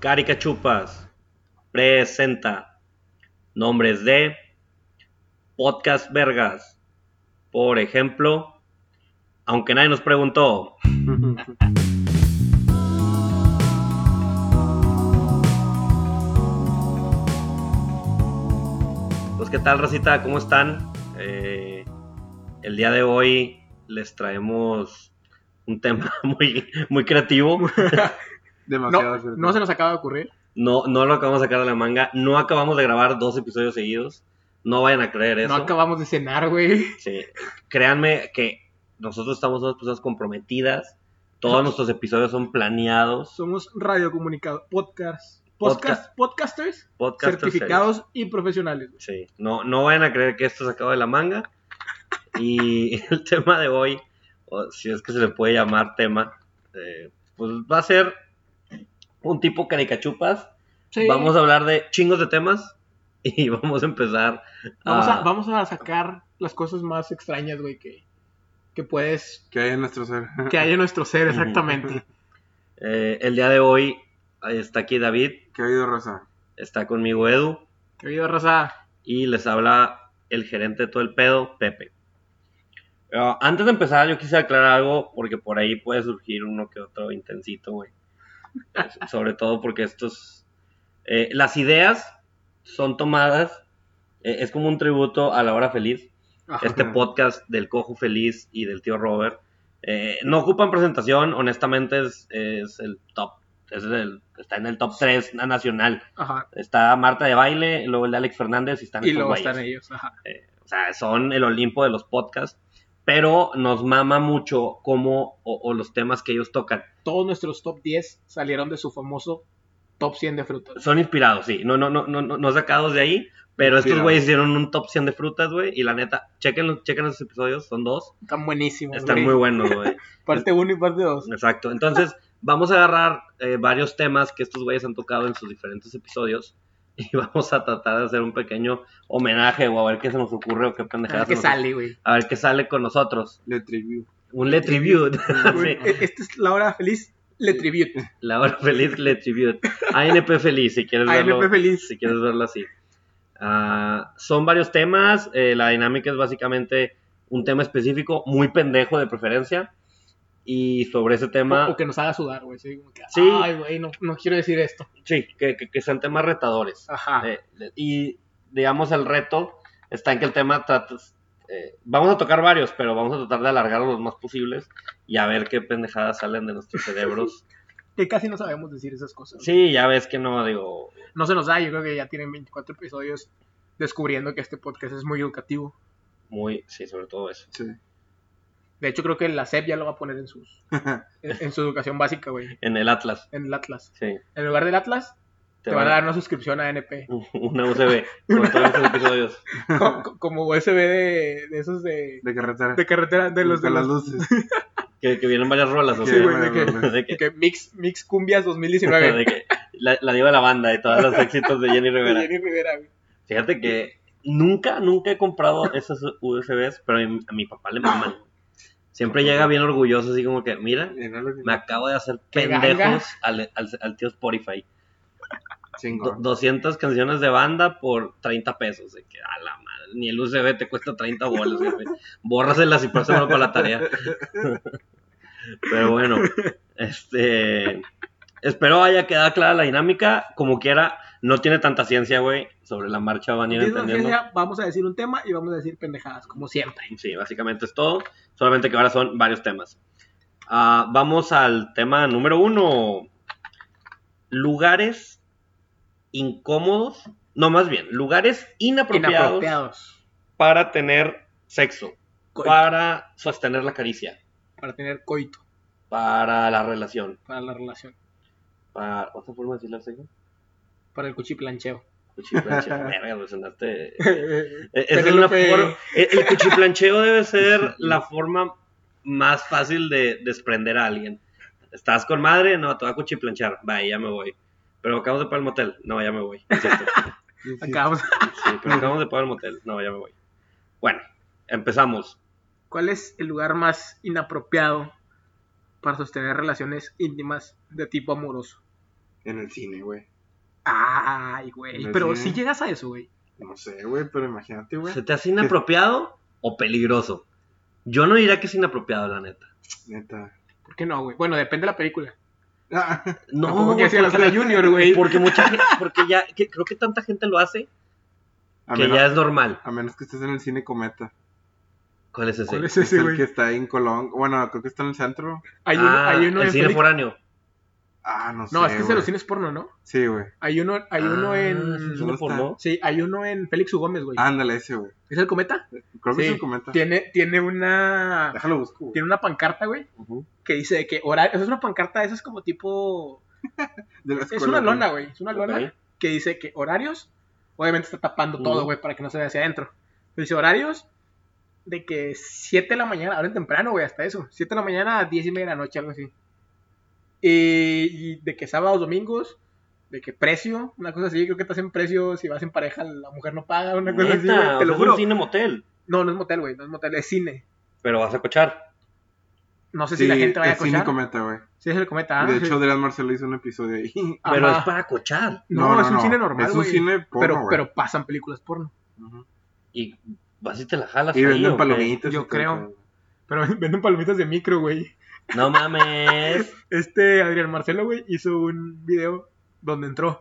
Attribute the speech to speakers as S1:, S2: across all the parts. S1: Caricachupas presenta nombres de podcast vergas. Por ejemplo, aunque nadie nos preguntó. Pues qué tal, Racita, ¿cómo están? Eh, el día de hoy les traemos un tema muy, muy creativo.
S2: No,
S3: Demasiado cierto.
S2: no se nos acaba de ocurrir.
S1: No, no lo acabamos de sacar de la manga. No acabamos de grabar dos episodios seguidos. No vayan a creer eso.
S2: No acabamos de cenar, güey.
S1: Sí. Créanme que nosotros estamos unas personas comprometidas. Todos nuestros episodios son planeados.
S2: Somos radiocomunicados, podcast,
S1: Podcast.
S2: podcast, podcasters,
S1: Podcasters
S2: certificados y profesionales. güey.
S1: serios. Sí. No, no vayan a creer que esto se acaba de la manga. Y el tema de hoy, o si es que se le puede llamar tema, eh, pues va a ser un tipo caricachupas. Vamos a hablar de chingos de temas y vamos a empezar
S2: Vamos a, vamos a sacar las cosas más extrañas, güey, que, que puedes,
S3: Que hay en nuestro ser.
S2: que hay en nuestro ser, exactamente.
S1: Eh, el día de hoy está aquí David,
S3: Que ha habido raza.
S1: está conmigo Edu
S2: Querido raza,
S1: y les habla el gerente de todo el pedo, Pepe. Ah, antes de empezar, yo quise aclarar algo porque por ahí puede surgir uno que otro intensito, güey. Eh, Sobre todo porque estos. eh, las ideas son tomadas, eh, es como un tributo a la hora feliz. este
S3: Ajá.
S1: podcast del Cojo Feliz y del tío Robert. Eh, no ocupan presentación, honestamente es, es el top, es el- está en el top 3 nacional.
S2: ajá,
S1: Está Marta de Baile, luego el de Alex Fernández y están
S2: y
S1: estos
S2: luego
S1: güeyes.
S2: están ellos, ajá.
S1: O sea, son el Olimpo de los podcasts, pero nos mama mucho cómo o, o los temas que ellos tocan.
S2: Todos nuestros top 10 salieron de su famoso top 100 de frutas.
S1: Son inspirados, sí, no, no, no, no, no, no sacados de ahí, pero estos
S3: Inspirados.
S1: güeyes hicieron un top 100 de frutas, güey, y la neta, chequen, chequen los episodios, son dos,
S2: Están buenísimos,
S1: están
S2: güey.
S1: muy buenos, güey.
S2: Parte 1 y parte 2.
S1: Exacto. Entonces, vamos a agarrar eh, varios temas que estos güeyes han tocado en sus diferentes episodios y vamos a tratar de hacer un pequeño homenaje o a ver qué se nos ocurre o qué
S2: A
S1: pendejadas.
S2: ver qué
S1: se nos-
S2: sale, güey.
S1: A ver qué sale con nosotros.
S3: Le tribute.
S1: Un Le Tribute.
S2: Güey,
S1: Sí,
S2: e- Esta es la hora feliz, le tribute.
S1: La hora feliz Le Tribute. ANP feliz, si quieres verlo.
S2: ANP feliz.
S1: Si quieres verlo así. Ah, son varios temas. eh, la dinámica es básicamente un tema específico, muy pendejo de preferencia. Y sobre ese tema.
S2: O, o que nos haga sudar, güey. Sí, como que,
S1: Sí.
S2: Ay, güey, no, no quiero decir esto.
S1: Sí, que, que, que sean temas retadores.
S2: Ajá.
S1: Eh, y digamos el reto está en que el tema tratas, eh, vamos a tocar varios, pero vamos a tratar de alargarlo los más posibles y a ver qué pendejadas salen de nuestros cerebros.
S2: Que casi no sabemos decir esas cosas.
S1: Sí, ya ves que no, digo,
S2: No se nos da, yo creo que ya tienen 24 episodios descubriendo que este podcast es muy educativo.
S1: muy, sí, sobre todo eso.
S3: Sí.
S2: De hecho, creo que la SEP ya lo va a poner en sus en, en su educación básica, güey.
S1: En el Atlas,
S2: En el Atlas.
S1: sí.
S2: En lugar del Atlas, te, van a dar una suscripción a NP.
S1: una UCB con todos estos episodios.
S2: Co- co- como USB de, de esos de,
S3: De carretera.
S2: de carretera, de los de,
S3: las
S2: los-
S3: luces.
S1: Que, que vienen varias rolas, o
S3: Sí,
S1: sea,
S2: güey, de que-
S1: de que-
S2: que Mix, Mix Cumbias 2019.
S1: de que la, la diva de la banda y todos los éxitos de Jenny
S2: de
S1: Rivera.
S2: Jenny Rivera, güey.
S1: Fíjate que nunca, nunca he comprado esas USBs, pero a mi, a mi papá le maman. Siempre llega bien orgulloso, así como que, mira,
S3: Y no lo que-
S1: me acabo de hacer
S2: Qué ganga.
S1: pendejos al, al, al tío Spotify. Do-
S3: Chingón.
S1: 200 canciones de banda por 30 pesos. De que, a la madre, ni el USB te cuesta 30 bolas. jefe. Bórraselas y pásamelo para la tarea. Pero bueno, este. Espero haya quedado clara la dinámica. Como quiera, no tiene tanta ciencia, güey. Sobre la marcha van a ir
S2: Entonces,
S1: entendiendo.
S2: Agencia, vamos a decir un tema y vamos a decir pendejadas, como siempre.
S1: Sí, básicamente es todo. Solamente que ahora son varios temas. Ah, vamos al tema número uno. Lugares incómodos. No, más bien, lugares inapropiados,
S2: Inapropiados.
S1: para tener sexo,
S2: Coito,
S1: para sostener la caricia,
S2: para tener coito
S1: para la relación.
S2: para la relación,
S1: Para... ¿Otra forma de decirle al sexo?
S2: para el cuchiplancheo.
S1: Cuchiplancheo. Verga, pues lo sonaste. Eh, esa es la
S2: Penélope.
S1: forma- eh, el cuchiplancheo debe ser la forma más fácil de desprender a alguien. ¿Estás con madre? No, te voy a cuchiplanchar. Bye, ya me voy. Pero acabamos de pagar el motel. No, ya me voy. Es cierto.
S3: Sí, sí.
S2: Acabamos.
S1: Sí, pero acabamos de pagar el motel. No, ya me voy. Bueno, empezamos.
S2: ¿Cuál es el lugar más inapropiado para sostener relaciones íntimas de tipo amoroso?
S3: en el cine, güey.
S2: Ay, güey.
S3: Pues
S2: Pero
S3: sí.
S2: si llegas a eso, güey.
S3: No sé, güey, pero imagínate, güey.
S1: ¿Se te hace inapropiado o peligroso? Yo no diría que es inapropiado, la neta.
S3: Neta.
S2: ¿Por qué no, güey? Bueno, depende de la película.
S3: Ah,
S1: No,
S2: Tampoco que sea la sala Junior, güey.
S1: porque mucha gente, porque ya, que- creo que tanta gente lo hace
S3: a,
S1: que
S3: menos,
S1: ya es normal.
S3: a menos que estés en el cine Cometa.
S1: ¿Cuál es ese?
S2: ¿Cuál es
S3: Es
S2: ese,
S3: el
S2: güey?
S3: que está ahí en Colón. Bueno, creo que está en el centro.
S2: Hay uno,
S1: Ah,
S2: hay uno
S1: el
S2: en
S1: cine
S2: Félix-
S1: foráneo.
S3: Ah, no sé.
S2: No, es que es de
S3: güey.
S2: los cines porno, ¿no?
S3: Sí, güey.
S2: Hay uno, hay uno
S1: Ah,
S2: en.
S1: ¿es un
S3: ¿Dónde
S1: por
S3: está?
S1: no?
S2: Sí, hay uno en Félix U. Gómez, güey.
S3: Ándale, ese, güey.
S2: ¿Es el cometa?
S3: Creo que
S2: Sí.
S3: es el Cometa.
S2: Tiene, tiene una.
S3: Déjalo busco, güey.
S2: Tiene una pancarta, güey,
S3: Ujú.
S2: que dice de que horario. Esa es una pancarta, esa es como tipo.
S3: De la
S2: Es
S3: escuela,
S2: una lona, güey. Es una lona
S1: Ok.
S2: que dice que horarios. Obviamente está tapando
S1: Ujú.
S2: todo, güey, para que no se vea hacia adentro. Pero dice horarios de que 7 de la mañana, ahora temprano, güey, hasta eso. 7 de la mañana a 10 y media de la noche, algo así. Y, y de que sábados, domingos, de que precio, una cosa así. Creo que estás en precio, si vas en pareja, la mujer no paga, una cosa así,
S1: Neta,
S2: güey,
S1: o
S2: Te
S1: sea,
S2: lo
S1: es
S2: juro.
S1: un cine motel,
S2: No, no es motel, güey, no es motel, es cine.
S1: pero vas a cochar.
S2: No sé
S3: Sí,
S2: si la gente vaya a
S3: es cine
S2: cochar.
S3: Cometa, güey.
S2: Sí, es el cometa. ah,
S3: De
S2: sí.
S3: hecho, Adrián Marcelo hizo un episodio ahí.
S2: Ajá.
S1: Pero es para cochar.
S2: no, es un cine normal,
S3: Es un
S2: güey.
S3: cine porno,
S2: pero,
S3: güey.
S2: pero pasan películas porno.
S3: Ujú.
S1: Y vas y te la jalas.
S3: Y
S1: ahí,
S3: venden
S1: ¿o qué?
S3: palomitas. y
S2: Yo
S3: todo,
S2: creo.
S3: güey.
S2: Pero venden palomitas de micro, güey.
S1: No mames.
S2: Este Adrián Marcelo, güey, hizo un video donde entró.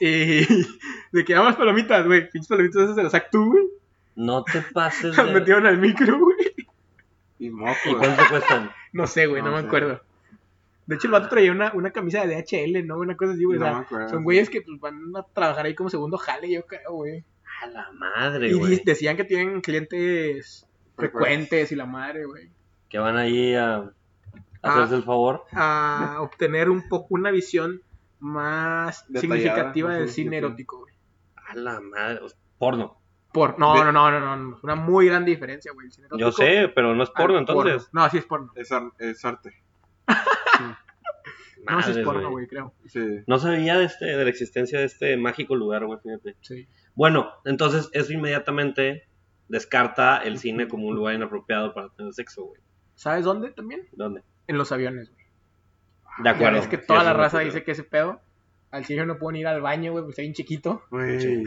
S2: Y de que amas palomitas, güey. Pinches palomitas esas se las sacas tú, güey.
S1: No te pases.
S2: Las
S1: De...
S2: metieron al micro, güey.
S3: Y
S1: ¿Y
S3: moco, güey.
S1: cuánto cuestan?
S2: No sé, güey, no,
S3: No
S2: me
S3: sé.
S2: acuerdo. De hecho, el vato traía una, una camisa de DHL, ¿no? Una cosa así, güey. o
S3: No
S2: sea,
S3: me acuerdo.
S2: son güeyes que pues, van a trabajar ahí como segundo jale, yo creo, güey.
S1: A la madre,
S2: Y
S1: güey.
S2: dis- decían que tienen clientes frecuentes y la madre, güey.
S1: Que van ahí
S2: Ah.
S1: a a hacerse el favor.
S2: a obtener un poco una visión más
S3: Detallada,
S2: significativa
S3: más
S2: del cine
S3: significativa.
S2: erótico, güey.
S1: A la madre. o sea, Porno.
S2: Por, no,
S3: De-
S2: no, no, no, no, no, una muy gran diferencia, güey, el cine erótico.
S1: Yo sé, pero no es
S2: al
S1: porno entonces.
S2: No, sí es Ah, porno.
S3: Es, ar- es arte.
S2: No, sí es
S1: Madres,
S2: porno,
S1: güey.
S2: güey, creo.
S3: Sí.
S1: No sabía de, este, de la existencia de este mágico lugar, güey, fíjate.
S2: Sí.
S1: Bueno, entonces eso inmediatamente descarta el cine como un lugar inapropiado para tener sexo, güey.
S2: ¿Sabes dónde también?
S1: ¿Dónde?
S2: En los aviones, güey.
S1: De
S2: Ah, Ya
S1: acuerdo.
S2: ves que
S1: sí,
S2: toda
S1: eso
S2: la
S1: no
S2: raza
S1: creo.
S2: dice que ese pedo. Al cine no pueden ir al baño, güey, pues está bien chiquito.
S3: Güey.
S1: Sí.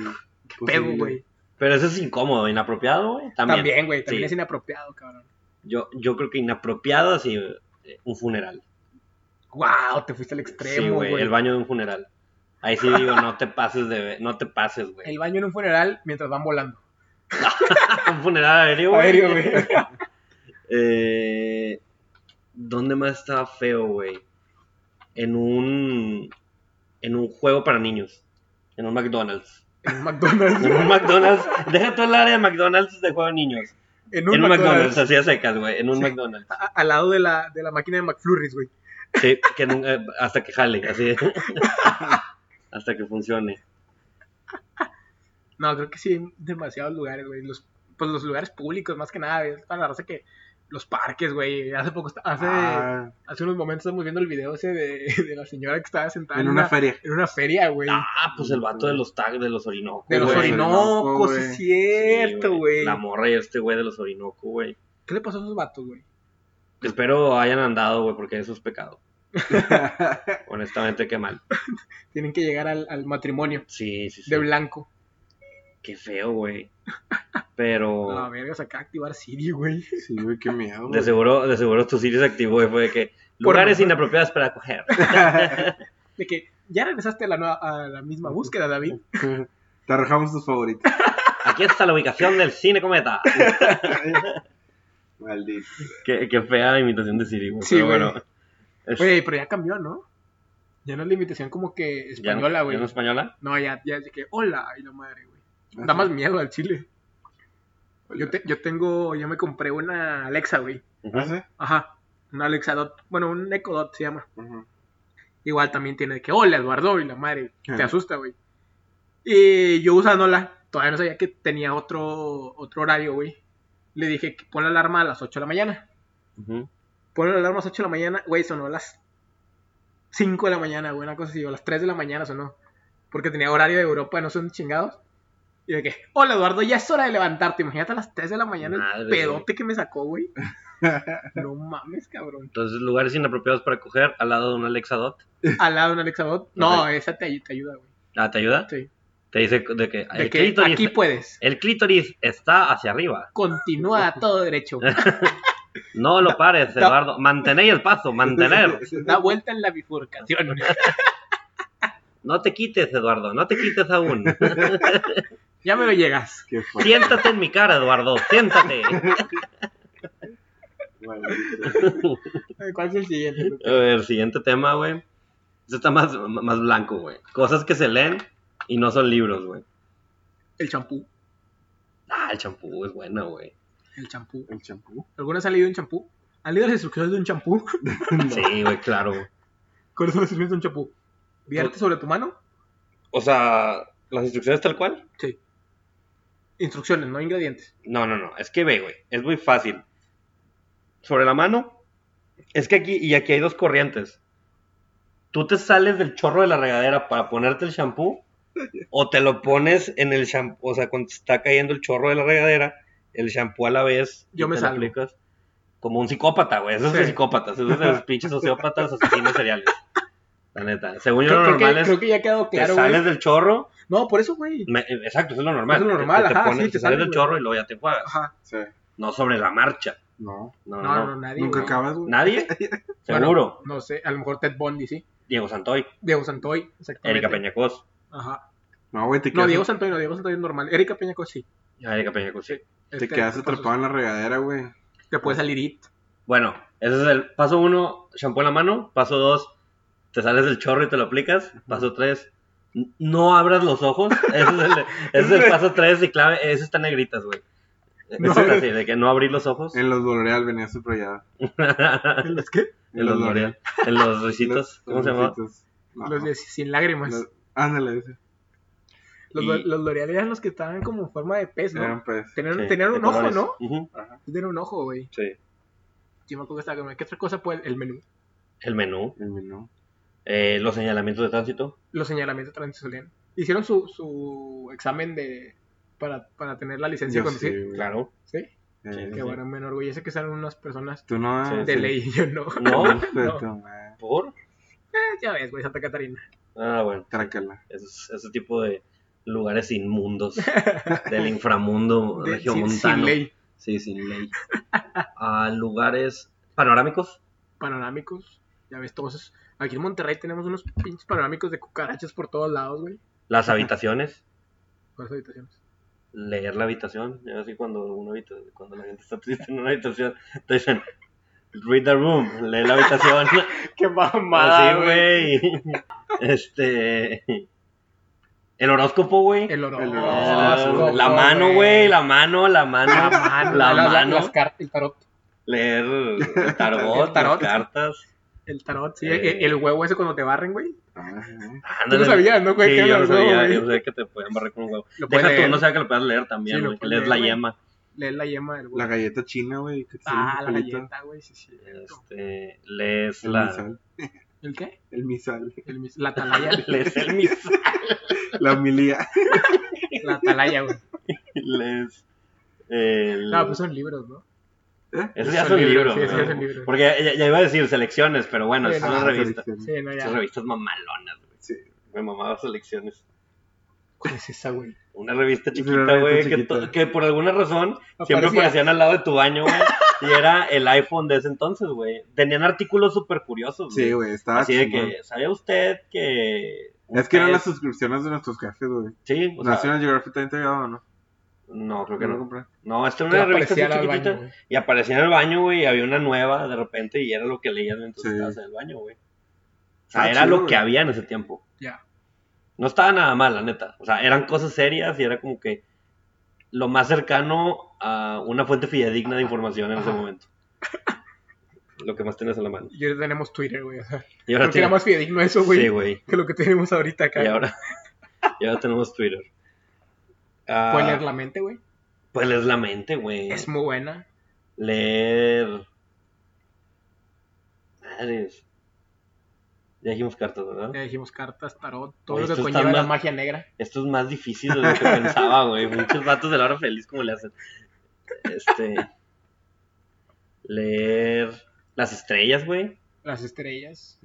S3: Pues
S2: Pedo,
S3: sí.
S2: güey.
S1: Pero eso es incómodo, inapropiado, güey. También.
S2: También, güey, también
S1: Sí.
S2: es inapropiado, cabrón.
S1: Yo, yo creo que inapropiado así eh, un funeral.
S2: Wow, te fuiste al
S1: sí,
S2: extremo,
S1: güey.
S2: güey.
S1: El baño de un funeral. Ahí sí digo, no te pases de no te pases, güey.
S2: el baño en un funeral mientras van volando.
S1: un funeral aéreo, güey.
S2: Aéreo, güey.
S1: Eh, ¿Dónde más estaba feo, güey? En un. En un juego para niños. En un McDonald's.
S2: En un McDonald's.
S1: En un McDonald's. Deja todo el área de McDonald's de juego de niños.
S2: En
S1: En un
S2: McDonald's.
S1: McDonald's, así a secas, güey. En un
S2: Sí.
S1: McDonald's.
S2: a- al lado de la, de la máquina de McFlurries, güey.
S1: Sí, que nunca- hasta que jale, así. hasta que funcione.
S2: No, creo que sí, en demasiados lugares, güey. Los, pues los lugares públicos, más que nada, güey. Es para la raza que. Los parques, güey. Hace poco, esta- hace,
S3: Ah,
S2: hace unos momentos estamos viendo el video ese de, de la señora que estaba sentada
S3: en una feria.
S2: en una feria, güey.
S1: Ah, pues el vato de los tag de los Orinoco.
S2: de los
S1: güey.
S3: Orinoco,
S2: orinocos,
S3: güey.
S2: es
S1: Sí,
S2: cierto, güey.
S1: La morra y este güey de los Orinoco, güey.
S2: ¿Qué le pasó a esos vatos, güey?
S1: Espero hayan andado, güey, porque eso es pecado. Honestamente, qué mal.
S2: Tienen que llegar al, al matrimonio
S1: Sí, sí, sí.
S2: de blanco.
S1: Qué feo, güey.
S2: La
S1: Pero
S2: verga, se acaba de activar Siri, güey.
S3: Sí, güey, qué miedo.
S1: de
S3: güey.
S1: seguro, de seguro tu Siri se activó güey, fue de que
S2: Por
S1: lugares
S2: mejor.
S1: inapropiados para coger.
S2: De que ya regresaste a la, nueva- a la misma búsqueda, David.
S3: Te arrojamos tus favoritos.
S1: Aquí está la ubicación del cine cometa.
S3: Maldito.
S1: qué, qué fea imitación de Siri, güey.
S2: Sí,
S1: pero
S2: güey.
S1: bueno. Es-
S2: Güey, pero ya cambió, ¿no? Ya no es la invitación como que
S1: ¿ya no-
S2: española, güey.
S1: ¿ya no española?
S2: No, ya, ya es de que, hola, y la madre, güey. Da más miedo al chile. Yo, te- yo tengo, yo me compré una Alexa, güey.
S3: ¿Ah, sí?
S2: Ajá, una Alexa Dot, bueno, un Echo Dot se llama.
S3: Ujú.
S2: Igual también tiene de que, hola, Eduardo, y la madre. Te
S3: Ajá.
S2: asusta, güey. Y yo usándola, todavía no sabía que tenía otro, otro horario, güey. Le dije, que pon la alarma a las 8 de la mañana.
S1: Ujú.
S2: Pon la alarma a las 8 de la mañana, güey, sonó a las 5 de la mañana, güey, una cosa así, o a las 3 de la mañana sonó. Porque tenía horario de Europa, no son chingados. Y de que, hola Eduardo, ya es hora de levantarte. Imagínate a las 3 de la mañana
S1: Madre,
S2: el pedote que me sacó, güey. No mames, cabrón.
S1: Entonces, lugares inapropiados para coger al lado de un Alexa Dot.
S2: Al lado de un Alexa Bot. No,
S1: Ok.
S2: esa te, te ayuda, güey.
S1: Ah, ¿Te ayuda?
S2: Sí.
S1: Te dice de que,
S2: De
S1: el,
S2: que
S1: clítoris,
S2: aquí puedes.
S1: el clítoris está hacia arriba.
S2: Continúa a todo derecho.
S1: No lo pares,
S2: da-
S1: Eduardo. Mantener el paso, mantener.
S2: Da vuelta en la bifurcación.
S1: No te quites, Eduardo, no te quites aún.
S2: Ya me lo llegas.
S3: Qué fuerte.
S1: Siéntate en mi cara, Eduardo, siéntate.
S3: maldito.
S2: ¿Cuál es el siguiente? Lupe?
S1: A ver, siguiente tema, güey. Este está más, más blanco, güey. Cosas que se leen y no son libros, güey.
S2: El champú.
S1: Ah, el champú es bueno, güey.
S2: El champú.
S3: El champú.
S2: ¿Algunas han leído un champú? ¿Han leído las instrucciones de un champú?
S1: Sí, güey, claro.
S2: ¿Cuáles son las instrucciones de un champú? Vierte sobre tu mano.
S1: O sea, ¿las instrucciones tal cual?
S2: Sí. Instrucciones, no ingredientes.
S1: No, no, no. Es que ve, güey. Es muy fácil. Sobre la mano. Es que aquí, y aquí hay dos corrientes. Tú te sales del chorro de la regadera para ponerte el shampoo. O te lo pones en el shampoo. O sea, cuando te está cayendo el chorro de la regadera, el shampoo a la vez.
S2: Yo
S1: y
S2: me
S1: te lo
S2: salgo.
S1: aplicas. Como un psicópata, güey. Eso es de
S2: Sí.
S1: psicópatas. Eso es de los pinches sociópatas asesinos seriales. La neta. Según yo,
S2: Creo,
S1: lo
S2: creo
S1: normal
S2: que,
S1: es.
S2: creo que ya quedó
S1: te
S2: claro,
S1: sales
S2: güey.
S1: del chorro.
S2: No, por eso, güey.
S1: me- exacto, eso es lo normal.
S2: Es
S1: Te-
S2: lo normal,
S1: te, te
S2: ajá,
S1: pones-
S2: sí, te
S1: te sales
S2: sales,
S1: del
S2: güey.
S1: chorro y luego ya te juegas.
S2: Ajá.
S3: Sí.
S1: No sobre la marcha.
S3: No.
S1: No,
S2: No,
S1: no,
S2: no, nadie.
S3: Nunca
S2: güey.
S3: acabas, güey.
S1: ¿Nadie?
S2: Bueno,
S1: Seguro.
S2: no sé, a lo mejor Ted Bundy, sí.
S1: Diego Santoy,
S2: Diego Santoy, exactamente.
S1: Erika Peñacos.
S2: Ajá.
S3: No, güey, te
S2: No,
S3: quedas,
S2: Diego Santoy no, Diego Santoy es normal. Erika Peñacos, sí.
S1: Ah, Erika Peñacos, sí.
S3: te
S2: Este,
S3: quedas
S2: pasos-
S3: atrapado en la regadera, güey.
S2: Te puede salir it.
S1: Bueno, ese es el paso uno, shampoo en la mano. Paso dos, te sales del chorro y te lo aplicas. Paso tres, n- no abras los ojos. Ese es el, ese es el paso tres y clave. Eso está en negritas, güey.
S2: No
S1: Eso es así, de que no abrir los ojos.
S3: En los L'Oreal venía subrayada.
S1: en
S2: ¿En los qué?
S1: los L'Oreal. En los risitos. ¿Cómo se llama?
S2: Los pues. de sin lágrimas.
S3: Los- Ándale, ese.
S2: Los,
S1: Y-
S2: lo- los L'Oreal eran los que estaban como en forma de pez, ¿no?
S3: Eran pez.
S2: Tenían,
S1: Sí,
S2: tenían
S1: de
S2: un ojo,
S1: colores.
S2: ¿no?
S1: Ujú,
S2: Tenían un ojo, güey.
S1: Sí.
S2: Yo me acuerdo que estaba comiendo. ¿Qué otra cosa puede? El menú.
S1: El menú,
S3: El menú.
S1: eh, los señalamientos de tránsito.
S2: Los señalamientos transisolían. Hicieron su, su examen de para, para tener la licencia
S3: Yo
S2: de conducir.
S3: sí, güey.
S1: Claro.
S2: Sí.
S3: Eh,
S1: Sí,
S2: Qué
S1: sí.
S2: bueno, menor, güey. Yo sé que salen unas personas
S3: Tú no.
S1: Sí,
S3: eh,
S2: de
S3: sí.
S2: ley, yo no.
S1: No,
S3: Hijo de
S2: No.
S3: tu madre.
S1: por.
S2: Eh, ya ves, güey, Santa Catarina.
S1: Ah, bueno.
S3: Trácala.
S1: Ese, ese tipo de lugares inmundos del inframundo
S2: De- sin,
S1: regiomontano.
S2: sin ley.
S1: Sí, sin ley. A lugares panorámicos.
S2: Panorámicos. Ya ves, todos. esos- Aquí en Monterrey tenemos unos pinches panorámicos de cucarachas por todos lados, güey.
S1: Las habitaciones.
S2: Por las habitaciones.
S1: Leer la habitación. Ya así cuando, uno habita- cuando la gente está triste en una habitación, te dicen, read the room, lee la habitación.
S2: Qué
S1: Así, Pues güey. Este. El horóscopo, güey.
S2: El oro. Ah,
S3: El
S1: La-
S3: horóscopo,
S1: Ah, la mano, güey. La mano, la mano.
S2: La mano.
S1: La
S2: la- la-
S1: mano.
S2: Ah, las car- el tarot.
S1: Leer el tarot,
S2: El tarot.
S1: las cartas.
S2: El tarot, sí.
S1: Eh.
S2: El, el huevo ese cuando te barren, güey.
S3: Ah, sí.
S2: Tú
S1: Ándale.
S2: lo sabías, ¿no, güey?
S1: Sí,
S2: Que
S1: yo
S2: era
S1: no
S2: el huevo,
S1: sabía,
S2: güey.
S1: yo sabía que te podían barrer con un huevo.
S2: Lo
S1: Deja
S2: puedes
S1: tú,
S2: leer.
S1: no sabía que lo puedas leer también,
S2: Sí, lo
S1: güey, que
S2: puedes
S1: lees
S2: leer,
S1: la
S2: güey.
S1: yema.
S2: Lees la yema del huevo.
S3: La galleta china, güey. que te sale
S2: ah,
S3: un
S2: la
S3: papelito.
S2: galleta, güey, sí, sí.
S1: Este, lees
S3: El
S1: la...
S3: misal.
S2: ¿El qué?
S3: El misal.
S2: El mis- la atalaya.
S1: Lees el misal,
S3: La milía.
S2: la atalaya, güey.
S1: lees el...
S2: No, pues son libros, ¿no?
S1: Esos ya son libros,
S2: Sí,
S1: güey.
S2: esos ya son libros.
S1: Porque ya, ya iba a decir selecciones, pero bueno,
S2: Sí,
S1: esas
S2: no.
S1: son
S3: Ah,
S1: revistas.
S3: tradición.
S2: Sí, no, ya.
S1: Esas revistas mamalonas, güey.
S3: Sí.
S1: Me mamaba selecciones.
S2: ¿Cuál es esa, güey?
S1: Una revista
S3: Sí, una
S1: chiquita,
S3: revista
S1: güey, que,
S3: chiquita.
S1: to- que por alguna razón siempre
S2: Aparecía.
S1: aparecían al lado de tu baño, güey. y era el iPhone de ese entonces, güey. Tenían artículos súper curiosos,
S3: Sí, güey, estaba
S1: Así de
S3: chingón.
S1: que, ¿sabía usted que.?
S3: Es que eran
S1: usted-
S3: las suscripciones de nuestros cafés, güey.
S1: Sí, o sea,
S3: National Geographic también te llevaba, ¿no?
S1: No, creo que
S3: Porque no
S1: no.
S3: compré.
S1: No, esta era
S2: Pero
S1: una revista
S2: aparecía
S1: así
S2: al
S1: chiquitita.
S2: baño, güey.
S1: y aparecía en el baño, güey, y había una nueva de repente y era lo que leías mientras
S3: Sí.
S1: estabas en el baño, güey. O sea,
S3: Ah,
S1: era
S3: chido,
S1: lo
S3: güey.
S1: que había en ese tiempo.
S2: Ya.
S1: No estaba nada mal, la neta. O sea, eran cosas serias y era como que lo más cercano a una fuente fidedigna de información en ese
S2: Ajá.
S1: momento. Lo que más tienes en la mano.
S2: Y ahora tenemos Twitter, güey. O sea,
S1: Y ahora
S2: creo que era
S1: tienes-
S2: más fidedigno eso, güey.
S1: Sí, güey.
S2: Que lo que tenemos ahorita acá.
S1: Y ahora, y ahora tenemos Twitter. Ah,
S2: Puedes leer la mente, güey.
S1: Pues lees la mente, güey.
S2: Es muy buena.
S1: Leer. Madres. Ya dijimos cartas, ¿verdad?
S2: Ya dijimos cartas, tarot, todo
S1: Oye,
S2: lo que
S1: esto está
S2: conlleva la
S1: más-
S2: magia negra.
S1: Esto es más difícil de lo que pensaba, güey. Muchos vatos de la hora feliz como le hacen. Este. Leer Las Estrellas, güey.
S2: Las estrellas.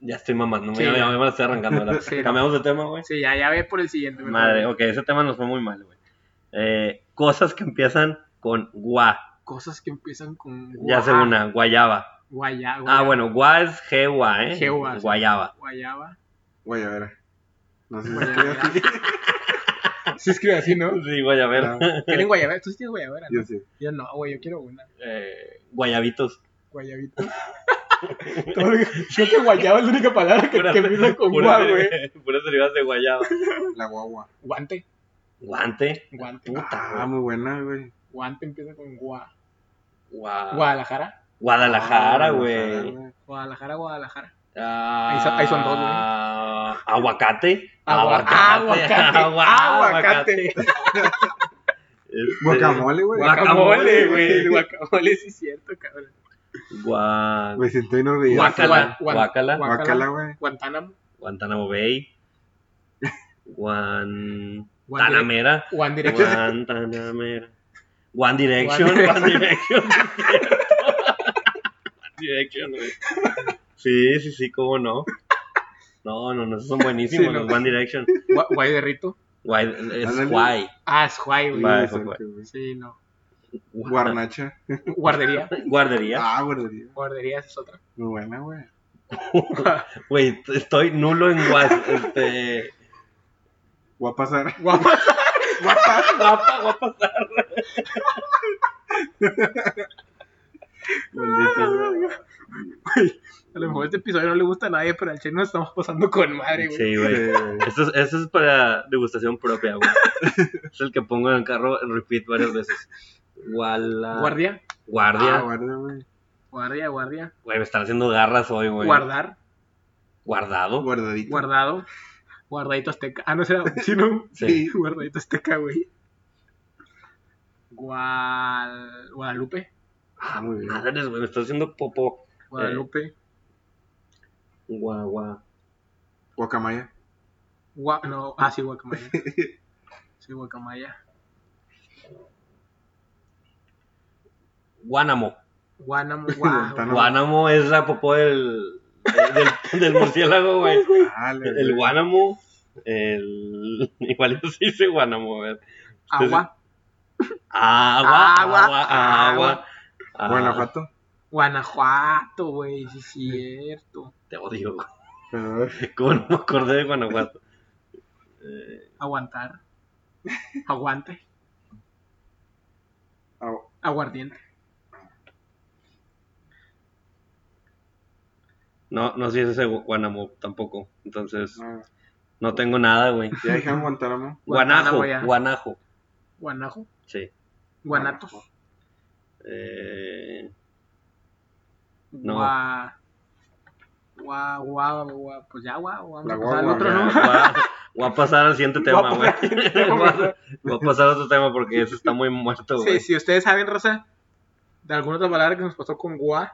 S1: Ya estoy mamando,
S2: Sí.
S1: ya, me- ya me estoy arrancando. ¿verdad?
S2: Sí.
S1: Cambiamos de tema, güey.
S2: Sí, ya, ya ve por el siguiente. mejor.
S1: Madre, ok, ese tema nos fue muy mal, güey. Eh, cosas que empiezan con gua.
S2: Cosas que empiezan con.
S1: Ya
S2: gua-
S1: sé una, guayaba.
S2: Guaya,
S1: Ah,
S2: guaya-
S1: bueno, gua es gua, ¿eh?
S2: Jewa, sí.
S1: Guayaba.
S2: Guayaba.
S3: Güey, a ver. No sé si estoy
S2: Guayabera.
S3: así.
S2: Sí, escribe así, ¿no?
S1: Sí, guayabera.
S3: Ah,
S2: ¿Tienen guayabera? Tú sí tienes guayabera. ¿no?
S3: Yo sí.
S2: Yo no, güey, yo quiero una.
S1: Eh, guayabitos.
S2: Guayabito. Todo lo que- Creo que guayaba es la única palabra que, que empieza con
S1: puras-
S2: gua, güey.
S1: puras derivadas de guayaba.
S3: La guagua.
S2: Guante.
S1: Guante.
S2: Guante.
S1: Puta,
S3: Ah,
S1: güey.
S3: muy buena, güey.
S2: Guante empieza con gua.
S1: Gua-
S2: Guadalajara.
S1: Guadalajara,
S3: Ah,
S1: güey.
S2: Guadalajara, Guadalajara.
S1: Ah,
S2: Ahí son- ahí son dos, güey.
S1: Aguacate.
S2: Agua- Ah, aguacate.
S1: Agua-
S2: Aguacate.
S1: Este,
S3: Guacamole, güey.
S1: Guac-
S2: Guacamole,
S1: Guacamole,
S2: güey.
S1: güey.
S2: Guacamole, sí es cierto, cabrón.
S1: Gua...
S3: Me siento enorgullado.
S1: Guacala.
S2: Guan-
S1: Guacala.
S2: guan-
S3: Guacala, güey.
S2: Guantánamo.
S1: Guantánamo Bay. Guan...
S2: Guan
S1: Guantanamera.
S2: One Direction.
S1: Guantanamera. One Direction.
S2: One Direction.
S1: One Direction. One Direction, güey. Sí, sí, sí, cómo no. No, no, no, esos son buenísimos
S2: Sí, no.
S1: los One Direction.
S2: Gua- Guay de Rito.
S1: Guay, es
S3: Ándale.
S1: guay.
S2: Ah, es guay, güey.
S1: Va.
S3: Sí,
S1: eso
S3: cerca,
S1: fue.
S3: güey.
S2: Sí, no.
S1: Guarda-
S3: Guarnacha.
S2: Guardería.
S1: Guardería.
S3: Ah, guardería.
S2: Guardería esa es otra.
S3: Muy buena, güey.
S1: Güey, estoy nulo en guas. Este.
S3: Voy a pasar.
S2: Guapa.
S1: Guapa, guapa.
S3: Maldito, güey.
S2: A lo mejor este episodio no le gusta a nadie, pero al chino nos estamos pasando con madre, güey.
S1: Sí, Ah, güey.
S3: Sí, güey.
S1: Eso es, eso es para degustación propia, güey. es el que pongo en el carro en repeat varias veces. Guala.
S2: Guardia.
S1: Guardia.
S3: Ah, guardia, güey.
S2: Guardia, guardia.
S1: Güey, me están haciendo garras hoy, güey.
S2: Guardar.
S1: Guardado.
S3: Guardadito.
S2: Guardado. Guardadito azteca. Ah, no será chino.
S1: Sí.
S2: Guardadito azteca, güey. Gual... Guadalupe.
S3: Ah, muy bien.
S1: Madres, güey, me está haciendo popo. Eh.
S2: Guadalupe.
S1: Guagua. Gua.
S3: Guacamaya.
S2: Gua- No, ah, sí, guacamaya. Sí, guacamaya.
S1: Guánamo.
S2: Guanamo, gua-
S3: Guantánamo.
S1: Guánamo es la popó del, del, del murciélago, güey.
S3: Dale,
S1: El
S3: güey.
S1: guánamo. El... Igual se dice guánamo, güey.
S2: Agua.
S1: Agua.
S2: Agua,
S1: Agua. Agua.
S2: agua.
S1: Ah,
S3: Guanajuato.
S2: Guanajuato, güey. Sí, es cierto.
S1: Te odio, güey.
S3: Pero, eh,
S1: ¿Cómo no me acordé de Guanajuato? Eh,
S2: Aguantar. Aguante.
S3: ah,
S2: Aguardiente.
S1: no, no sé si es ese gu- Guánamo tampoco. Entonces,
S3: no.
S1: no tengo nada, güey.
S3: Ya dijeron Guantánamo.
S1: Guanajo.
S2: Guantánamo ya.
S1: Guanajo.
S2: Guanajo.
S1: Sí.
S2: Guanatos.
S1: Eh, No.
S2: Gua... Gua, gua, gua, pues ya, gua, gua,
S3: La
S2: vamos a pasar al
S3: guagua,
S2: otro,
S1: ya,
S2: ¿no?
S1: va- Voy a pasar al siguiente tema,
S2: Voy
S1: güey.
S2: a pasar al siguiente tema,
S1: Voy
S2: güey.
S1: a- voy a pasar a otro tema porque eso está muy muerto,
S2: Sí,
S1: güey.
S2: si ustedes saben, Rosa, de alguna otra palabra que nos pasó con gua,
S1: A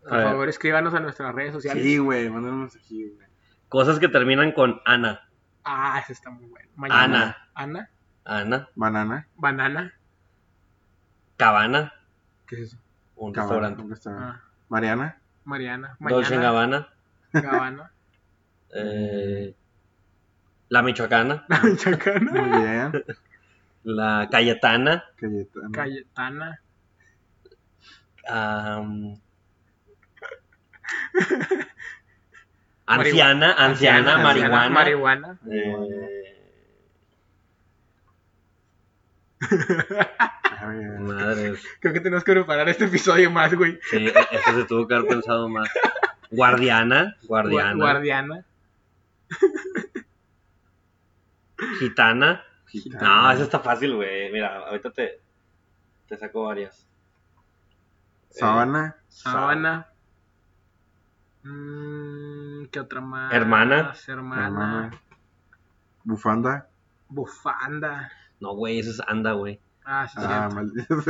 S2: por
S1: ver,
S2: favor escríbanos a nuestras redes sociales.
S3: Sí, güey. Mándale un mensajillo, güey.
S1: Cosas que terminan con Ana.
S2: Ah, ese está muy bueno.
S1: Ana.
S2: Ana.
S1: Ana,
S3: Banana.
S2: Banana.
S1: Cabana,
S2: ¿Qué es eso?
S1: un
S3: Cabana.
S1: restaurante.
S3: un restaurante.
S2: Ah,
S3: Mariana.
S2: Mariana.
S1: Dolce en
S2: Mañana.
S1: Gabbana,
S2: Gabbana.
S1: eh, la Michoacana,
S2: La
S3: Muy
S2: Michoacana.
S3: bien.
S1: la Cayetana, Mm.
S3: Cayetana.
S2: Cayetana.
S1: am, anciana, anciana,
S3: Anciana,
S1: marihuana.
S2: Marihuana.
S1: eh,
S3: Ah, bien.
S1: madres.
S2: Creo que tenemos que preparar este episodio más, güey.
S1: Sí, e- eso se tuvo que haber pensado más. Guardiana, guardiana,
S2: Gua- Guardiana.
S1: gitana.
S3: Gitana.
S1: No, eso está fácil, güey. Mira, ahorita te, te saco varias.
S3: Sabana.
S1: Ah,
S2: Sabana. Mm, ¿Qué otra más?
S1: Hermana.
S2: Hermana.
S3: Hermana. Bufanda.
S2: Bufanda.
S1: No, güey, eso es anda, güey.
S2: Ah, sí,
S3: Ah,
S2: cierto.
S3: maldito.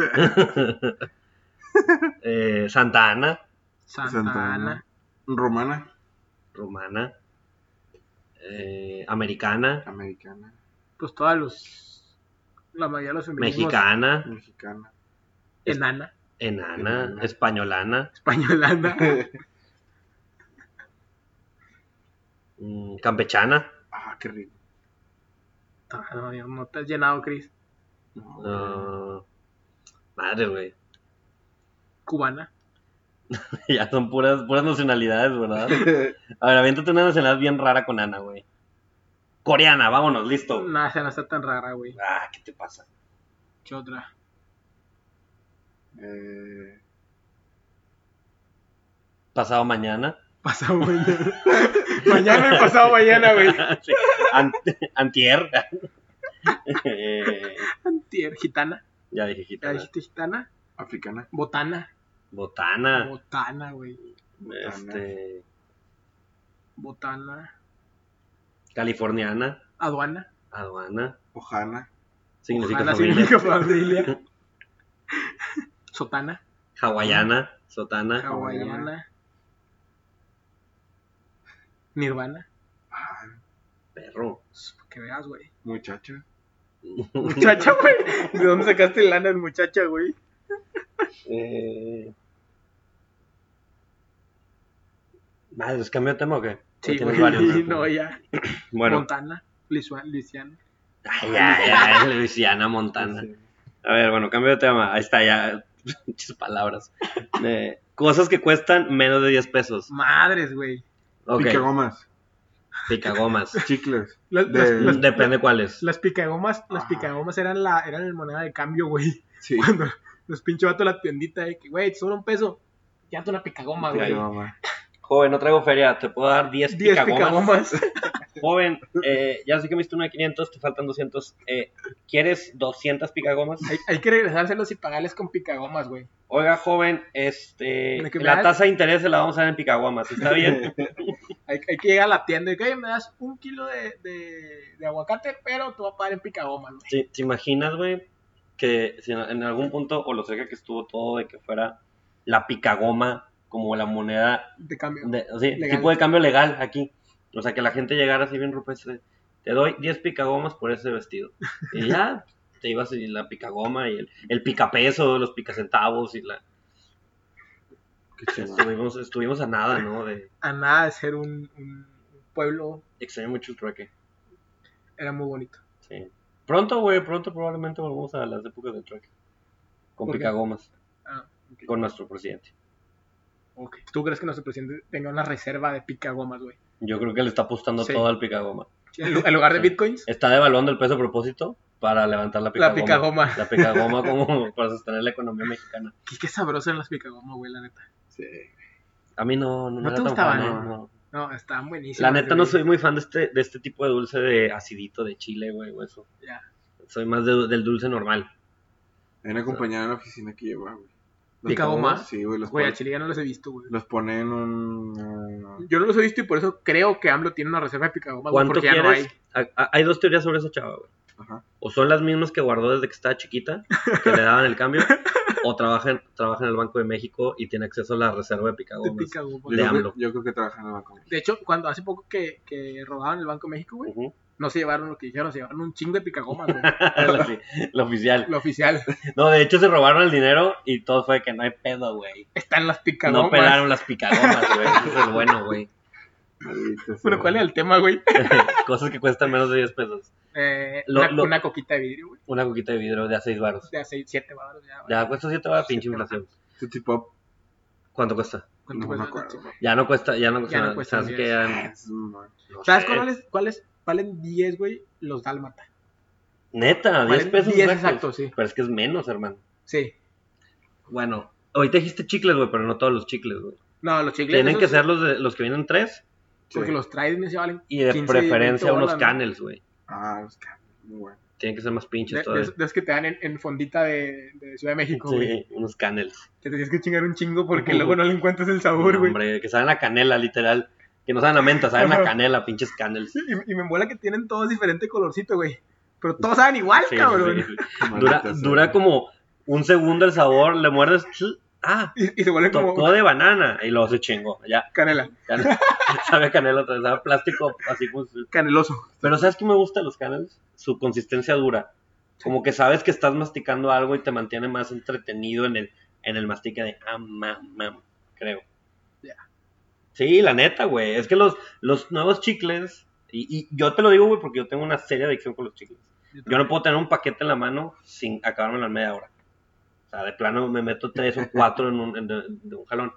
S1: Eh, Santa Ana,
S2: Santa,
S3: Santa
S2: Ana.
S3: Ana. Romana.
S1: romana. Eh, americana,
S3: Americana.
S2: Pues todas los. La mayoría de los feminismos.
S1: mexicana,
S3: Mexicana.
S2: Enana.
S1: Enana,
S3: Enana.
S1: españolana,
S2: Españolana.
S1: mm, campechana.
S3: ah, qué rico.
S2: Ah, no, Dios, no te has llenado, Chris.
S3: No,
S1: ah, madre, güey.
S2: Cubana.
S1: ya son puras, puras nacionalidades, ¿verdad?
S3: güey.
S1: A ver, aviéntate una nacionalidad bien rara con Ana, güey. Coreana, vámonos, listo.
S2: No, esa no está tan rara, güey.
S1: Ah, ¿qué te pasa?
S2: ¿Qué otra?
S3: Eh,
S1: Pasado mañana.
S2: Pasado mañana. mañana y pasado mañana, güey.
S1: Sí. Ant- antier. Eh,
S2: Antier, gitana.
S1: ya dije
S2: ¿Ya
S1: gitana.
S2: dijiste gitana?
S3: africana.
S2: Botana.
S1: Botana.
S2: Botana, güey.
S3: Botana.
S1: Este,
S2: Botana.
S1: californiana.
S2: Aduana.
S1: Aduana.
S3: Ojana.
S1: Significa
S2: Ana
S1: familia.
S2: significa familia. Sotana.
S1: Hawaiana.
S2: Ah,
S1: Sotana.
S2: Hawaiana. Nirvana. Pues,
S3: Ah,
S1: Perro.
S2: Que veas, güey.
S3: muchacha.
S2: Muchacha, güey. ¿De dónde sacaste lana el muchacha, güey?
S1: Eh... Madre, ¿es cambio de tema o qué?
S2: Sí,
S1: Tienes
S2: güey.
S1: varios, ¿no?
S2: no, ya.
S1: Bueno,
S2: Montana. Lisua- Luisiana.
S1: ay, ya, ya, es Luisiana Montana.
S3: Sí.
S1: A ver, bueno, cambio de tema. Ahí está, ya. Muchas palabras. Eh, cosas que cuestan menos de 10 pesos.
S2: Madres, güey.
S1: Ok,
S3: Picagomas.
S1: picagomas.
S3: Chicles.
S2: Las,
S3: De-
S2: las- las-
S1: Depende cuáles.
S2: las picagomas, las
S3: Ajá.
S2: picagomas eran la, eran el moneda de cambio, güey.
S3: Sí.
S2: Cuando los pinche vatos de la tiendita de que, güey, solo un peso. Ya tú una picagoma, güey.
S3: Picagoma.
S1: Joven, no traigo feria. Te puedo dar 10
S2: 10
S1: picagomas.
S2: picagomas.
S1: Joven, eh, ya sé que me diste una de 500, te faltan 200. Eh, ¿Quieres 200 picagomas?
S2: hay, hay que regresárselos y pagarles con picagomas, güey.
S1: Oiga, joven, este,
S2: ¿De qué me
S1: la
S2: das?
S1: tasa de interés se la vamos a dar en Picaguamas, ¿está bien?
S2: Hay, hay que llegar a la tienda y que, oye, me das un kilo de, de, de aguacate, pero te voy a pagar en picagomas, güey.
S1: ¿Te, te imaginas, güey, que si en, en algún punto, o lo cerca que estuvo todo, de que fuera la Picagoma como la moneda,
S2: De cambio.
S1: de, o sea,
S2: Legal.
S1: tipo de cambio legal aquí? O sea, que la gente llegara así bien rupestre, te doy 10 Picagomas por ese vestido. Y ya, te ibas y la Picagoma y el, el Picapeso, los Picacentavos y la...
S3: Qué chido.
S1: Estuvimos, estuvimos a nada, ¿no? De,
S2: A nada de ser un, un pueblo.
S1: extraño mucho el trueque.
S2: Era muy bonito.
S1: Sí. Pronto, güey, pronto probablemente volvamos a las épocas del truck. Con
S2: ¿Por qué?
S1: picagomas,
S2: Ah, ok.
S1: con nuestro presidente.
S2: ok. ¿Tú crees que nuestro presidente tenga una reserva de picagomas, güey?
S1: Yo creo que le está apostando
S2: Sí.
S1: todo al picagoma.
S2: En lu- en lugar de
S1: Sí.
S2: bitcoins,
S1: Está devaluando el peso a propósito para levantar la
S2: la
S1: picagoma.
S2: picagoma.
S1: La picagoma como para sostener la economía mexicana.
S2: Qué, qué sabroso eran las picagomas, güey, la neta.
S3: Sí.
S1: A mí no, no,
S2: ¿No
S1: me
S2: te
S1: era tan
S2: gustaban,
S1: fan,
S3: eh?
S1: no.
S2: No, estaban buenísimas.
S1: La neta
S2: güey.
S1: no soy muy fan de este, de este tipo de dulce de acidito de chile, güey, o eso.
S2: Ya.
S1: Soy más de- del dulce normal.
S3: Hay una compañera en la oficina que lleva, güey. Los
S2: ¿Picagoma?
S3: pongo- Sí, güey. Los,
S2: Güey, a
S3: pone,
S2: Chile ya no los he visto, güey.
S3: los pone en un.
S2: Yo no los he visto y por eso creo que AMLO tiene una reserva de picagomas, güey,
S1: ¿Cuánto
S2: porque ya no hay.
S1: quieres? A- a- Hay dos teorías sobre esa chava, güey.
S3: Ajá.
S1: o son las mismas que guardó desde que estaba chiquita, que le daban el cambio, o trabaja en, trabaja en el Banco de México y tiene acceso a la reserva de
S2: De
S1: picagomas.
S2: picagomas.
S3: Yo,
S1: De
S2: De,
S3: creo que,
S1: AMLO.
S3: yo creo que trabaja en el banco.
S2: hecho, cuando hace poco que, que robaban el Banco de México, güey,
S1: Ujú.
S2: no se llevaron lo que dijeron, se llevaron un chingo de picagomas, güey.
S1: la, sí, la oficial.
S2: lo oficial.
S1: No, de hecho se robaron el dinero y todo fue que no hay pedo, güey.
S2: Están las picagomas.
S1: No pelaron las picagomas, güey. Ese es el bueno, güey.
S3: Maldita
S2: Bueno,
S3: sea.
S2: ¿cuál es el tema, güey?
S1: Cosas que cuestan menos de 10 pesos.
S2: Eh,
S1: Lo-
S2: una,
S1: lo-
S2: una coquita de vidrio, güey.
S1: Una coquita de vidrio de a 6 baros.
S2: De a 6, 7 baros. Ya, güey.
S1: Ya pues, cuesta 7 baros, pinche inflación.
S3: Tootsie Pop.
S1: ¿Cuánto cuesta?
S2: ¿Cuánto
S3: No
S2: cuesta?
S3: me acuerdo.
S1: Ya no cuesta, ya no cuesta.
S2: Ya no
S1: nada.
S2: cuestan
S1: Así
S2: 10.
S1: que ya-
S3: Ah, es un mal.
S1: no Eh,
S2: ¿Sabes
S1: sé.
S2: cuáles cuáles valen 10, güey? Los dálmata.
S1: Neta, 10
S2: Valen
S1: pesos
S2: 10
S1: exactos.
S2: exactos, sí.
S1: Pero es que es menos, hermano.
S2: Sí.
S1: Bueno, ahorita dijiste chicles, güey, pero no todos los chicles, güey.
S2: No, los chicles.
S1: Tienen que
S2: esos-
S1: ser los, de- los que vienen tres
S2: Porque
S3: Sí.
S2: los traen se valen.
S1: y de
S2: 15,
S1: preferencia
S2: 20
S1: unos
S2: bolas, ¿no?
S1: canels, güey.
S3: Ah, los que- Muy bueno.
S1: Tienen que ser más
S2: De,
S1: pinches
S2: de-
S1: todavía.
S2: de los que te dan en, en fondita de, de Ciudad de México, güey.
S1: Sí, unos canels.
S2: Que te tienes que chingar un chingo porque
S1: Ujú.
S2: luego no le encuentras el
S1: No,
S2: sabor, güey.
S1: hombre, que saben a canela, literal. Que no saben a menta, saben a
S2: Ajá.
S1: canela, pinches canels. Sí,
S2: Y, y me mola que tienen todos diferente colorcito, güey. Pero todos saben igual,
S1: sí,
S2: cabrón.
S1: sí. Dura,
S3: Maldita sea.
S1: dura como un segundo el sabor, le muerdes. tl, Ah,
S2: Y, y se vuelven como
S1: tocó de banana y luego se chingó. Ya,
S2: canela,
S1: canela. sabe a canela otra vez, sabe a plástico, así como.
S2: caneloso.
S1: Pero ¿sabes qué me gusta de los canels? Su consistencia dura. Como que sabes que estás masticando algo y te mantiene más entretenido en el, en el mastique de ah, mam, mam, creo.
S2: Ya.
S1: Sí, la neta, güey. Es que los, los nuevos chicles, y, y yo te lo digo, güey, porque yo tengo una seria adicción con los chicles. Yo no puedo tener un paquete en la mano sin acabármelo en media hora. O sea, de plano me meto tres o cuatro en un, en- de- de un jalón.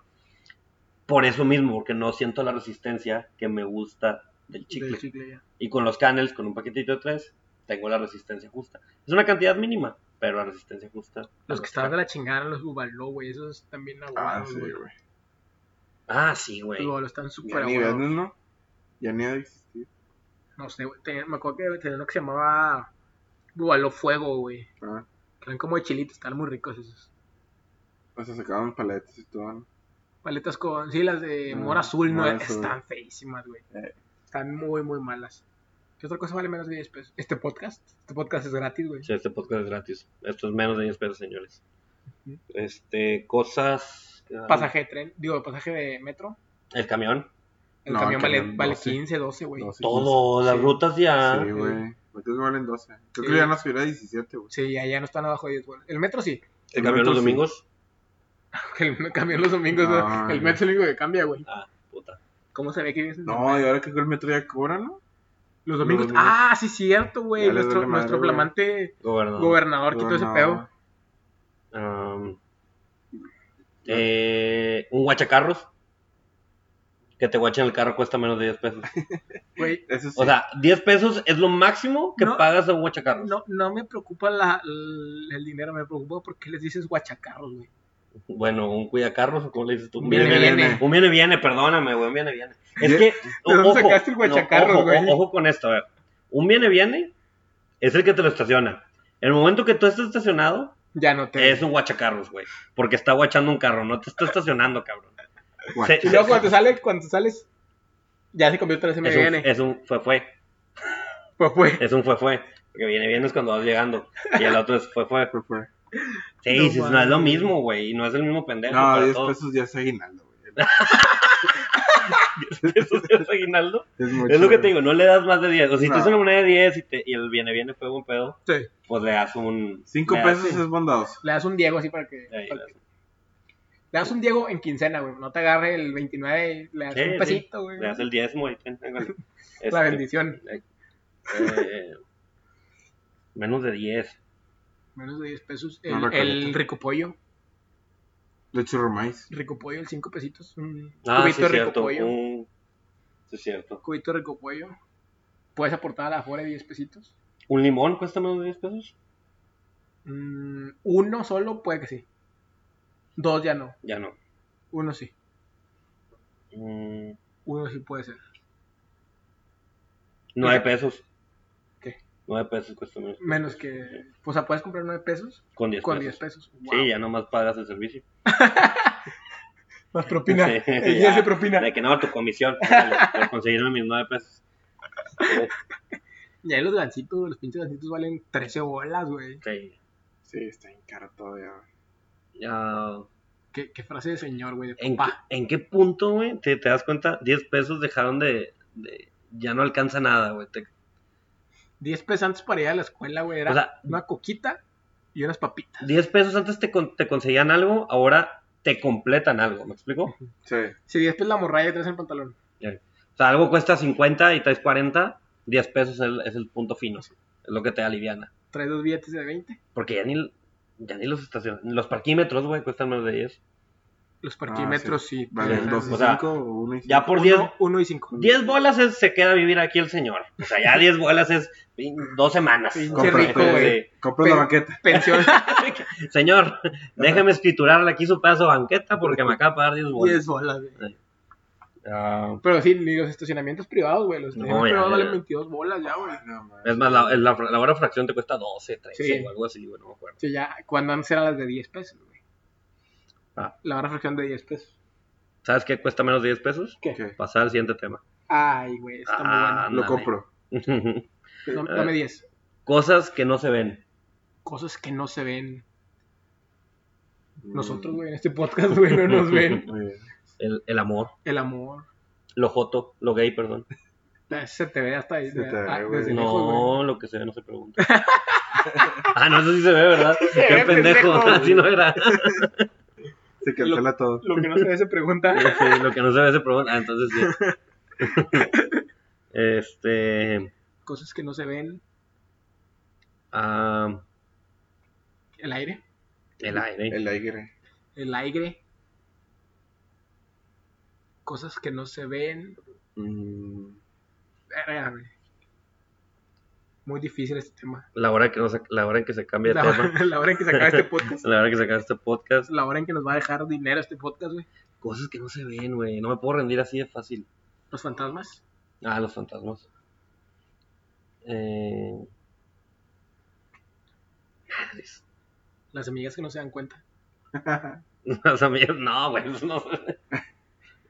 S1: Por eso mismo, porque no siento la resistencia que me gusta del chicle.
S2: Del chicle, ya.
S1: Y con los canels, con un paquetito de tres, tengo la resistencia justa. Es una cantidad mínima, pero la resistencia justa.
S2: Los que estaban de la chingada eran los Ubaló, güey. Esos también
S3: Ah,
S2: aguados,
S3: sí,
S2: güey.
S3: güey.
S1: Ah, sí, güey.
S2: los Ubaló están
S3: Ya
S2: súper
S3: ni
S2: aguados.
S3: venden, ¿no? Ya ni ha de existir.
S2: No sé, güey. tenía- Me acuerdo que tenía uno que se llamaba Ubaló Fuego, güey.
S3: Ah,
S2: Que eran como de chilitos, estaban muy ricos esos.
S3: o sea, Pues sacaban paletas y todo, ¿no?
S2: Paletas con. Sí, las de
S3: Ah,
S2: mora azul, no.
S3: mora azul.
S2: Están feísimas, güey.
S3: Eh.
S2: Están muy, muy malas. ¿Qué otra cosa vale menos de 10 pesos? Este podcast. Este podcast es gratis, güey.
S1: Sí, este podcast es gratis. Esto es menos de 10 pesos, señores. Este, cosas. ah,
S2: Pasaje de tren, digo, pasaje de metro.
S1: El camión.
S2: El
S3: No,
S2: camión
S3: el
S2: vale,
S3: camión,
S2: vale
S3: 12.
S2: 15, 12, güey.
S3: Doce,
S1: Todo, las
S2: Sí.
S1: rutas
S3: quince.
S1: ya.
S3: Sí, güey. Yo creo que valen 12. Creo
S2: Sí.
S3: que ya no subirá a 17, güey.
S2: Sí, allá no están abajo de 10, güey. El metro sí.
S1: el camión
S3: metro
S1: los
S3: sí.
S1: domingos.
S2: El camión los domingos,
S3: Ah,
S2: el
S3: ya.
S2: metro es el único que cambia, güey.
S1: Ah, puta.
S2: ¿Cómo se ve que vives en-
S3: No, y ahora creo que el metro ya cobra, ¿no?
S2: Los domingos.
S3: Los domingos.
S2: Ah, sí, cierto, güey.
S3: Ya le
S2: Nuestro,
S3: duele madre,
S2: nuestro
S3: güey.
S2: flamante
S1: Gobernador.
S2: gobernador quitó ese
S3: No.
S2: pedo.
S1: Am, eh, un guachacarros. Que te guachen el carro cuesta menos de 10 pesos.
S2: Güey,
S3: Eso sí.
S1: O sea, 10 pesos es lo máximo que
S2: No.
S1: pagas a un guachacarros.
S2: no, no me preocupa la, el dinero, me preocupa porque les dices guachacarros, güey.
S1: Bueno, un cuidacarros, o como le dices tú. Un
S2: Viene,
S1: viene,
S2: viene.
S1: viene. Un viene, viene, perdóname, güey. Un viene, viene. Es
S3: Ye-
S1: que.
S2: ¿De dónde
S1: ojo,
S2: sacaste el guachacarros,
S1: no, ojo,
S2: güey?
S1: o- ojo con esto, a ver. Un viene, viene es el que te lo estaciona. El momento que tú estás estacionado,
S2: Ya no te.
S1: es un guachacarros, güey. Porque está guachando un carro, no te está estacionando, cabrón.
S3: Guacha.
S2: Y luego cuando sales, cuando sales, ya se convierte en ese me
S1: Es un,
S2: viene.
S1: es un fue, fue.
S2: Pues fue.
S1: Es un fue, fue. Porque viene, viene es cuando vas llegando. Y el otro es fue, fue.
S3: Fue, fue.
S1: Sí,
S2: No
S1: sí, no es lo
S2: mames.
S1: mismo, güey. Y no es el mismo pendejo.
S3: No,
S1: para
S3: 10
S1: todos.
S3: pesos ya es aguinaldo, güey.
S1: Eso sí es aguinaldo.
S3: Es, mucho,
S1: Es lo que
S3: güey.
S1: te digo, no le das más de 10. O si
S3: No.
S1: te hacen una moneda de 10 y, te- y el viene, viene fue buen pedo,
S2: Sí.
S1: pues le das un.
S3: Cinco
S1: le das-
S3: pesos es bondadoso.
S2: Le das un Diego así para que.
S1: Ahí,
S2: para
S1: le
S2: que- Le das un Diego en quincena, güey. No te agarre el 29, le das
S1: Sí,
S2: un
S1: sí.
S2: pesito, güey.
S1: le das el diezmo y ten, ten, ten. Este,
S2: La bendición.
S1: eh, menos de 10.
S2: Menos de 10 pesos.
S3: No
S2: El,
S3: reconozco.
S2: el rico pollo.
S3: De churromais.
S2: Rico pollo, el 5 pesitos. Un
S1: Ah, sí,
S2: cubito de
S1: es
S2: rico
S1: cierto.
S2: pollo.
S1: un- sí, es cierto.
S2: cubito de rico pollo. Puedes aportar a la fuera de 10 pesitos.
S1: ¿Un limón cuesta menos de 10 pesos?
S2: Mm, uno solo puede que sí. Dos ya no.
S1: Ya no.
S2: Uno sí.
S1: Mm,
S2: Uno sí puede ser.
S1: 9
S2: Mira.
S1: pesos.
S2: ¿Qué?
S1: 9 pesos cuesta menos.
S2: Menos que. O sea, puedes comprar 9 pesos
S1: Con 10
S2: con 10
S1: pesos.
S2: pesos. Wow.
S1: Sí, ya nomás pagas el servicio.
S2: Más propina.
S1: Sí,
S2: el día
S1: ya.
S2: se propina.
S1: De que no, tu comisión. Dale, Por conseguirme mis 9 pesos.
S2: Y ahí los gancitos, güey, los pinches gancitos valen 13 bolas, güey.
S1: Sí.
S3: Sí, está bien caro todavía, güey.
S1: Ah,
S2: Qué, qué frase de señor, güey, de
S1: ¿En,
S2: papá.
S1: qué, en qué punto, güey, te, te das cuenta? 10 pesos dejaron de, de- Ya no alcanza nada, güey. Te-
S2: 10 pesos antes para ir a la escuela, güey, era
S1: O sea,
S2: una coquita y unas papitas.
S1: 10 pesos antes te, con- te conseguían algo, ahora te completan algo, ¿me explico? O
S3: Sí.
S2: Si 10 pesos la morralla que traes en el pantalón.
S1: sea, algo cuesta 50 y traes 40, 10 pesos es el, es el punto fino, es lo que te aliviana.
S2: Traes dos billetes de 20.
S1: Porque ya ni, ya ni los estaciones, los parquímetros, güey, cuestan menos de 10.
S2: Los parquímetros sí.
S3: Valen
S1: Sí.
S3: dos y
S1: O sea,
S3: cinco o uno y
S1: Ya
S3: cinco.
S1: por 10,
S2: 1 y 5.
S1: 10 bolas es- se queda a vivir aquí el señor. O sea, ya 10 bolas es pin, dos semanas.
S2: Pinche
S1: Cómprate,
S2: rico, güey.
S3: Compras la
S2: Pero-
S3: banqueta.
S2: Pensión.
S1: Señor, déjeme escriturarle aquí su pedazo de banqueta porque me acaba de pagar 10 bolas.
S2: 10 bolas, güey.
S1: Ah,
S2: Pero sí, ni los estacionamientos privados, güey. Los
S1: No,
S2: estacionamientos
S1: ya,
S2: privados
S1: ya,
S2: valen
S1: ya.
S2: 22 bolas ya, güey.
S3: No, man.
S1: es más, la, la, la hora fracción te cuesta 12, 13
S2: Sí.
S1: o algo así, güey, no me acuerdo.
S2: Sí, ya. Cuando antes eran las de 10 pesos, güey.
S1: Ah.
S2: La hora fracción de 10 pesos.
S1: ¿Sabes qué cuesta menos de 10 pesos?
S2: ¿Qué?
S3: ¿Qué?
S1: Pasar al siguiente tema.
S2: Ay, güey, está
S1: Ah,
S3: Lo
S1: Ándale.
S3: compro.
S2: muy bueno.
S1: eh.
S2: Dame- Dame 10.
S1: Cosas que no se ven.
S2: Cosas que no se ven.
S1: Mm.
S2: Nosotros, güey, en este podcast, güey, no nos ven.
S3: Muy bien.
S1: El, el amor,
S2: El amor.
S1: lo joto, lo gay, perdón.
S2: Eh, Se te ve hasta ahí.
S3: Se te
S2: de-
S3: ve,
S2: ah,
S3: güey.
S2: desde lejos, güey.
S1: No, lo que se ve no se pregunta. ah, no, eso sí se ve, ¿verdad? Qué
S2: ve,
S1: pendejo,
S2: pendejo.
S1: así no era.
S3: Se cancela todo.
S2: Lo que no se ve se pregunta.
S1: Sí, lo que no se ve se pregunta. Ah, entonces sí. Este.
S2: Cosas que no se ven.
S1: ah,
S2: El aire.
S1: el aire.
S3: El aire.
S2: El aire. Cosas que no se ven.
S3: Mm,
S2: Verga, güey. Muy difícil este tema.
S1: La hora que, no se- la hora en que se cambia de
S2: La,
S1: tema.
S2: hora- la hora en que se acaba este podcast.
S1: La hora que se acaba este podcast.
S2: La hora en que nos va a dejar dinero este podcast, güey.
S1: Cosas que no se ven, güey. No me puedo rendir así de fácil.
S2: Los fantasmas.
S1: Ah, los fantasmas. Eh... madres.
S2: Las semillas que no se dan cuenta.
S1: Las amigas, no, güey. eso No.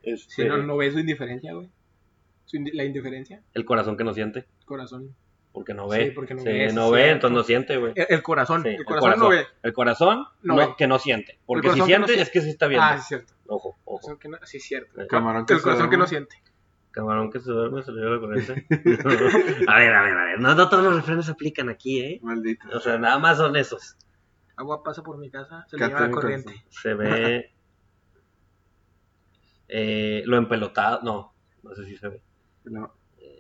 S1: Este,
S2: Si no, no ves su indiferencia, güey. Su indi- la indiferencia.
S1: El corazón que no siente.
S2: El corazón.
S1: Porque no ve.
S2: Sí, porque no
S1: Sí,
S2: ve,
S1: no
S2: sí,
S1: ve,
S2: cierto.
S1: entonces no siente, güey.
S2: El, el corazón.
S1: Sí,
S2: el, corazón no ve.
S1: El corazón
S2: No
S1: no-
S2: ve.
S1: que no siente. Porque si
S2: corazón que
S1: siente
S2: no siente.
S1: es que sí está viendo.
S2: Ah, sí, cierto.
S1: Ojo,
S2: El
S1: ojo.
S2: corazón que no- sí, cierto.
S1: Eh,
S3: Camarón que
S2: El
S3: se
S2: corazón que no
S3: duerme.
S2: siente.
S1: Camarón que se duerme, se le dio la corriente. a ver, a ver, a ver. No, no todos los refranes aplican aquí, ¿eh?
S3: Maldito.
S1: O sea, nada más son esos.
S2: Agua pasa por mi casa, se le
S3: Cate
S2: lleva la
S3: mi
S2: corriente.
S1: Se ve. eh, lo empelotado. No, no sé si se ve.
S3: No.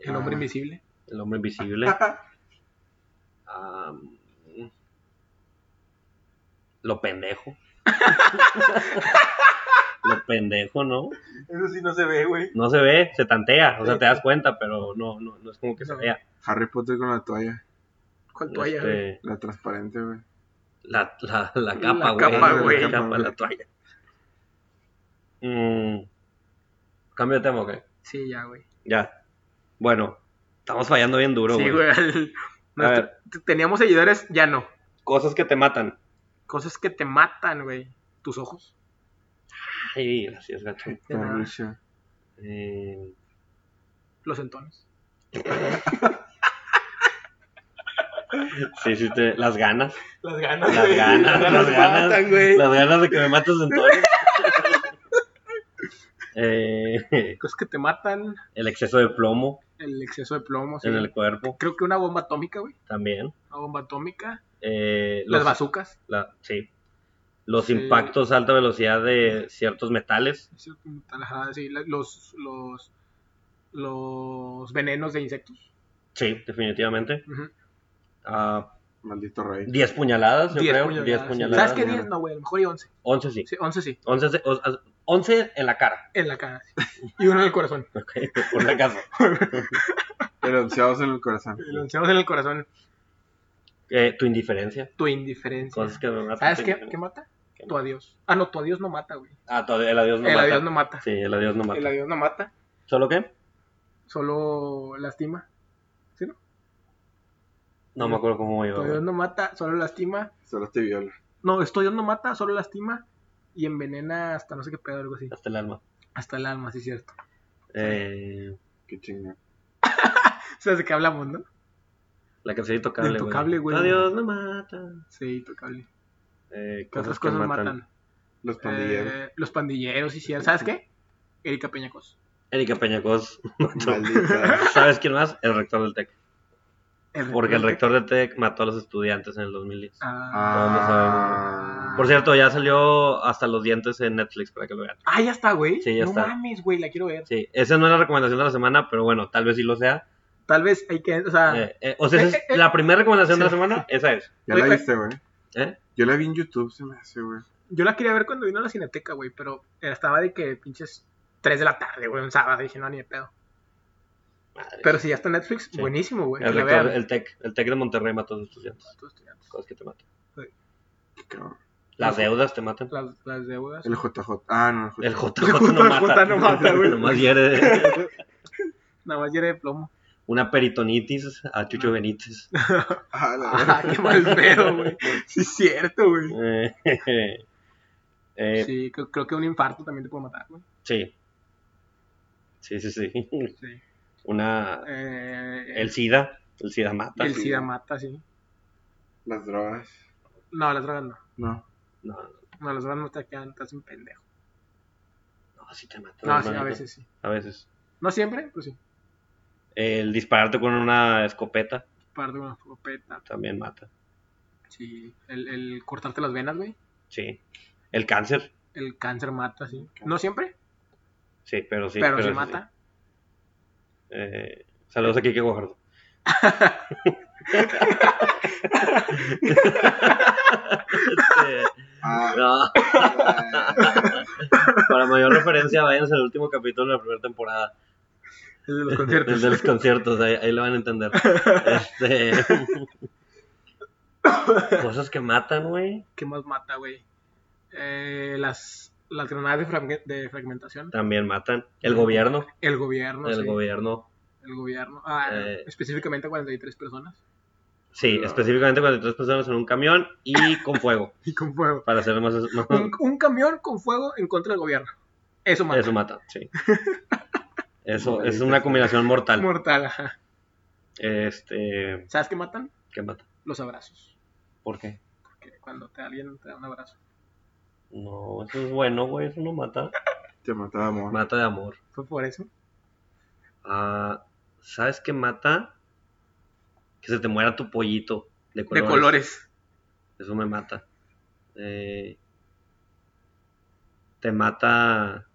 S2: El hombre
S3: Ah.
S2: invisible.
S1: El hombre invisible. Am, lo pendejo. lo pendejo, ¿no?
S2: Eso sí no se ve, güey.
S1: No se ve, se tantea. O sea, te das cuenta, pero no, no, no es como que se
S2: No.
S1: vea.
S3: Harry Potter con la toalla.
S2: Con toalla,
S1: Este,
S2: güey.
S3: La transparente, güey.
S1: La, la, la
S2: La
S1: capa, güey.
S2: capa,
S1: La
S2: güey.
S1: capa, la toalla. Mm, Cambio de tema, ok.
S2: Sí, ya, güey.
S1: Ya. Bueno, estamos fallando bien duro,
S2: Sí,
S1: güey.
S2: güey. al- nuestro-
S1: ver.
S2: t- Teníamos seguidores, ya no.
S1: Cosas que te matan.
S2: Cosas que te matan, güey. Tus ojos.
S1: Ay, gracias, gacho.
S2: De nada.
S3: Tanisha.
S1: Eh,
S2: Los entones.
S1: sí, sí, te- las ganas.
S2: Las ganas,
S1: Las ganas, las ganas.
S2: matan, güey.
S1: Las ganas de que me mates entonces. eh,
S2: Cosas que te matan.
S1: el exceso de plomo
S2: El exceso de plomo. sí.
S1: en el cuerpo
S2: Creo que una bomba atómica, güey.
S1: también.
S2: Una bomba atómica.
S1: Eh,
S2: Las
S1: los,
S2: bazucas.
S1: la- sí. Los
S2: Sí.
S1: impactos a alta velocidad de ciertos metales.
S2: Sí, ajá, sí, la- Los, los, los venenos de insectos.
S1: Sí, definitivamente.
S2: Ujú.
S1: Ah,
S3: Maldito rey.
S1: 10 puñaladas, yo
S2: Diez
S1: creo.
S2: puñaladas,
S1: 10
S2: sí.
S1: puñaladas.
S2: ¿Sabes qué? 10 no, güey. A lo mejor y 11.
S1: 11 sí.
S2: Sí, 11 sí.
S1: 11, se- o- as- 11 en la cara.
S2: En la cara. sí. Y uno en el corazón.
S1: Ok, por si acaso.
S3: El onceados en el corazón.
S2: Lo lanzamos en el corazón.
S1: Eh, tu indiferencia.
S2: Tu indiferencia.
S1: Cosas que me matan.
S2: ¿Sabes
S1: tu
S2: qué, qué
S1: indiferencia.
S2: mata?
S1: ¿Qué
S2: Tu adiós. Ah, no, tu adiós no mata, güey.
S1: Ah, todo- el adiós no
S2: el
S1: mata.
S2: adiós no mata.
S1: Sí, el adiós no mata.
S2: El adiós no mata.
S1: ¿Solo qué?
S2: Solo lastima. ¿Sí, no?
S1: No me acuerdo cómo iba.
S2: Tu
S1: güey.
S2: adiós no mata, solo lastima.
S3: Solo te viola.
S2: No, esto Dios no mata, solo lastima. Y envenena hasta no sé qué pedo, algo así.
S1: Hasta el alma.
S2: Hasta el alma, sí, es cierto.
S1: Eh,
S3: Qué chingón.
S2: O sea, de qué hablamos, ¿no?
S1: la canción intocable,
S2: Del
S1: güey.
S2: Intocable, güey.
S1: Adiós no mata.
S2: Sí, tocable.
S1: Eh,
S2: ¿Qué otras cosas matan?
S3: Los pandilleros.
S2: Eh, los pandilleros, sí, cierto. ¿Sabes qué? Erika Peñacos.
S1: Erika Peñacos.
S3: Maldita.
S1: ¿Sabes quién más? El rector del TEC.
S2: El
S1: Porque el rector del TEC mató a los estudiantes en el 2010.
S2: Ah,
S1: Todos lo
S3: Ah.
S2: sabemos.
S1: Por cierto, ya salió hasta los dientes en Netflix para que lo vean.
S2: Ah, ya está, güey.
S1: Sí, ya
S2: no
S1: está.
S2: mames, güey, la quiero ver.
S1: Sí, esa no es la recomendación de la semana, pero bueno, tal vez sí lo sea.
S2: Tal vez hay que. O sea,
S1: Eh, eh, o sea, esa es la primera recomendación de la semana, esa es.
S3: Ya la
S2: Oye,
S3: viste, güey.
S1: ¿Eh?
S3: Yo la vi en YouTube, se me hace, güey.
S2: yo la quería ver cuando vino a la cineteca, güey, pero estaba de que pinches 3 de la tarde, güey, un sábado. Dije, no, ni de pedo.
S1: Madre.
S2: Pero si ya está en Netflix,
S1: Sí.
S2: buenísimo, güey. Que
S1: El
S2: la
S1: rector,
S2: vean.
S1: el TEC, el TEC de Monterrey mató a los estudiantes. Cosas que te matan.
S3: Qué cabrón.
S1: Las deudas te matan.
S2: Las, las deudas.
S3: El JJ. Ah, no, el JJ.
S1: El
S2: El
S1: JJ no mata.
S2: JJ no mata, güey.
S1: Nomás hiere
S2: Nada más llena de plomo.
S1: una peritonitis a Chucho Benítez.
S3: Ah, la
S2: Ah, qué mal pedo, güey. Sí, es cierto, güey.
S1: Eh, eh, sí.
S2: Sí, creo, creo que un infarto también te puede matar, güey.
S1: sí. Sí, sí,
S2: Sí.
S1: Una...
S2: Eh,
S1: El SIDA. El SIDA mata.
S2: el SIDA
S3: SIDA.
S2: mata, sí.
S3: Las drogas.
S2: No, las drogas no.
S3: No.
S1: No, no,
S2: No, las drogas no te quedan, estás un pendejo.
S1: no, sí te mata.
S2: No, sí, a
S1: normalmente.
S2: veces sí.
S1: A veces.
S2: No siempre, pues sí.
S1: El dispararte con una escopeta
S2: Par de una escopeta.
S1: también mata.
S2: Sí. El, el cortarte las venas, güey.
S1: Sí. El cáncer.
S2: el cáncer mata, sí. No siempre,
S1: Sí, pero sí.
S2: pero, sí
S1: sí,
S2: mata.
S1: sí. Eh, saludos a Kike Guajardo. Este,
S3: Ah,
S1: no,
S3: ah,
S1: para mayor referencia, váyanse al último capítulo de la primera temporada.
S2: El de los
S1: El
S2: conciertos.
S1: de los conciertos, ahí, ahí lo van a entender. Este, cosas que matan, güey.
S2: ¿Qué más mata, güey? Eh, las, las granadas de, fragme- de fragmentación.
S1: También matan. El gobierno.
S2: El gobierno,
S1: el
S2: Ah, sí.
S1: gobierno.
S2: El gobierno. Ah,
S1: Eh.
S2: específicamente a 43 personas.
S1: Sí,
S3: Claro.
S1: específicamente 43 personas en un camión y con fuego.
S2: Y con fuego.
S1: Para ser más. más-
S2: Un, un camión con fuego en contra del gobierno. Eso mata.
S1: Eso mata, sí. Eso es una combinación mortal.
S2: Mortal. ajá.
S1: Este.
S2: ¿Sabes qué matan?
S1: ¿Qué mata?
S2: Los abrazos.
S1: ¿Por qué?
S2: Porque cuando te alguien te da un abrazo.
S1: No, eso es bueno, güey. Eso no mata.
S3: te mataba, amor.
S1: Mata de amor.
S2: Fue por eso.
S1: Ah, ¿Sabes qué mata? Que se te muera tu pollito de colores.
S2: De colores.
S1: Eso me mata. Eh, te mata.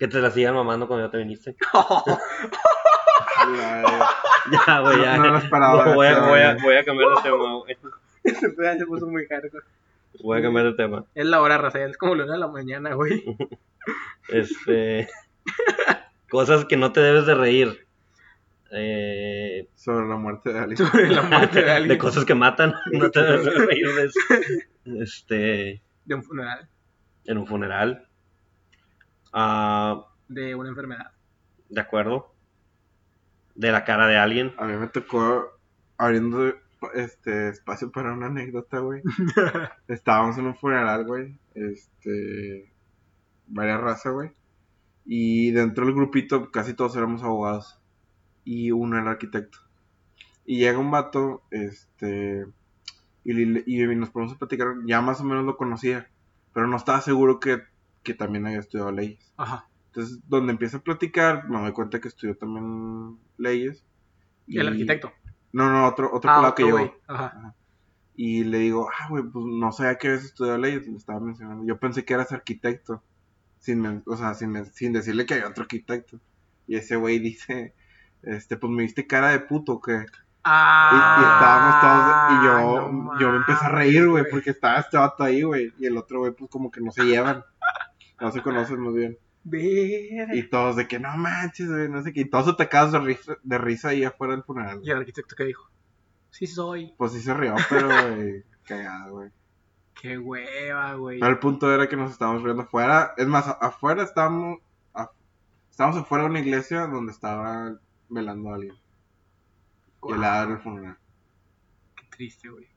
S1: Que te la sigan mamando cuando ya te viniste. Ya, güey, ya.
S3: No, no lo esperaba,
S1: No, voy, a,
S3: pero,
S1: voy a-
S3: güey.
S1: voy a cambiar de tema, güey.
S2: se puso muy hardcore.
S1: Voy a cambiar de tema.
S2: Es la hora, Rafael. Es como la una de la mañana, güey.
S1: Este. cosas que no te debes de reír. Eh,
S3: Sobre la muerte de Alice.
S2: Sobre la muerte de alguien.
S1: de cosas que matan, no te debes de reír de eso. Este.
S2: De un funeral.
S1: En un funeral. Ah,
S2: De una enfermedad.
S1: de acuerdo. De la cara de alguien.
S3: A mí me tocó abriendo este espacio para una anécdota, güey. Estábamos en un funeral, güey. Este. Varias razas, güey. Y dentro del grupito casi todos éramos abogados. Y uno era arquitecto. Y llega un vato, este. Y, le- y nos ponemos a platicar. Ya más o menos lo conocía. Pero no estaba seguro que, que también había estudiado leyes.
S2: Ajá.
S3: Entonces, donde empieza a platicar, me doy cuenta que estudió también leyes.
S2: El arquitecto.
S3: No, no, otro, otro
S2: Ah,
S3: pelado que
S2: otro
S3: llegó.
S2: güey. Ajá.
S3: Y le digo, ah, güey, pues no sabía que habías estudiado leyes, me estaba mencionando. Yo pensé que eras arquitecto, sin, men- o sea, sin, men- sin decirle que había otro arquitecto. Y ese güey dice, este, pues me viste cara de puto, que... Y, y estábamos todos, y yo,
S2: Ah, no
S3: yo me empecé a reír, güey, porque estaba este vato ahí, güey. Y el otro güey, pues como que no se llevan, no se conocen muy bien.
S2: Ver-
S3: Y todos de que no manches, güey, no sé qué. Y todos atacados de risa, de risa ahí afuera del funeral.
S2: Y el arquitecto que dijo, sí soy.
S3: Pues sí se rió, pero, güey, cagado, güey.
S2: Qué hueva, güey.
S3: Pero el punto era que nos estábamos riendo afuera. Es más, a- afuera estábamos. a- estábamos afuera de una iglesia donde estaba velando a alguien. Y al
S2: Guau,
S3: lado era el funeral.
S2: Qué triste, güey.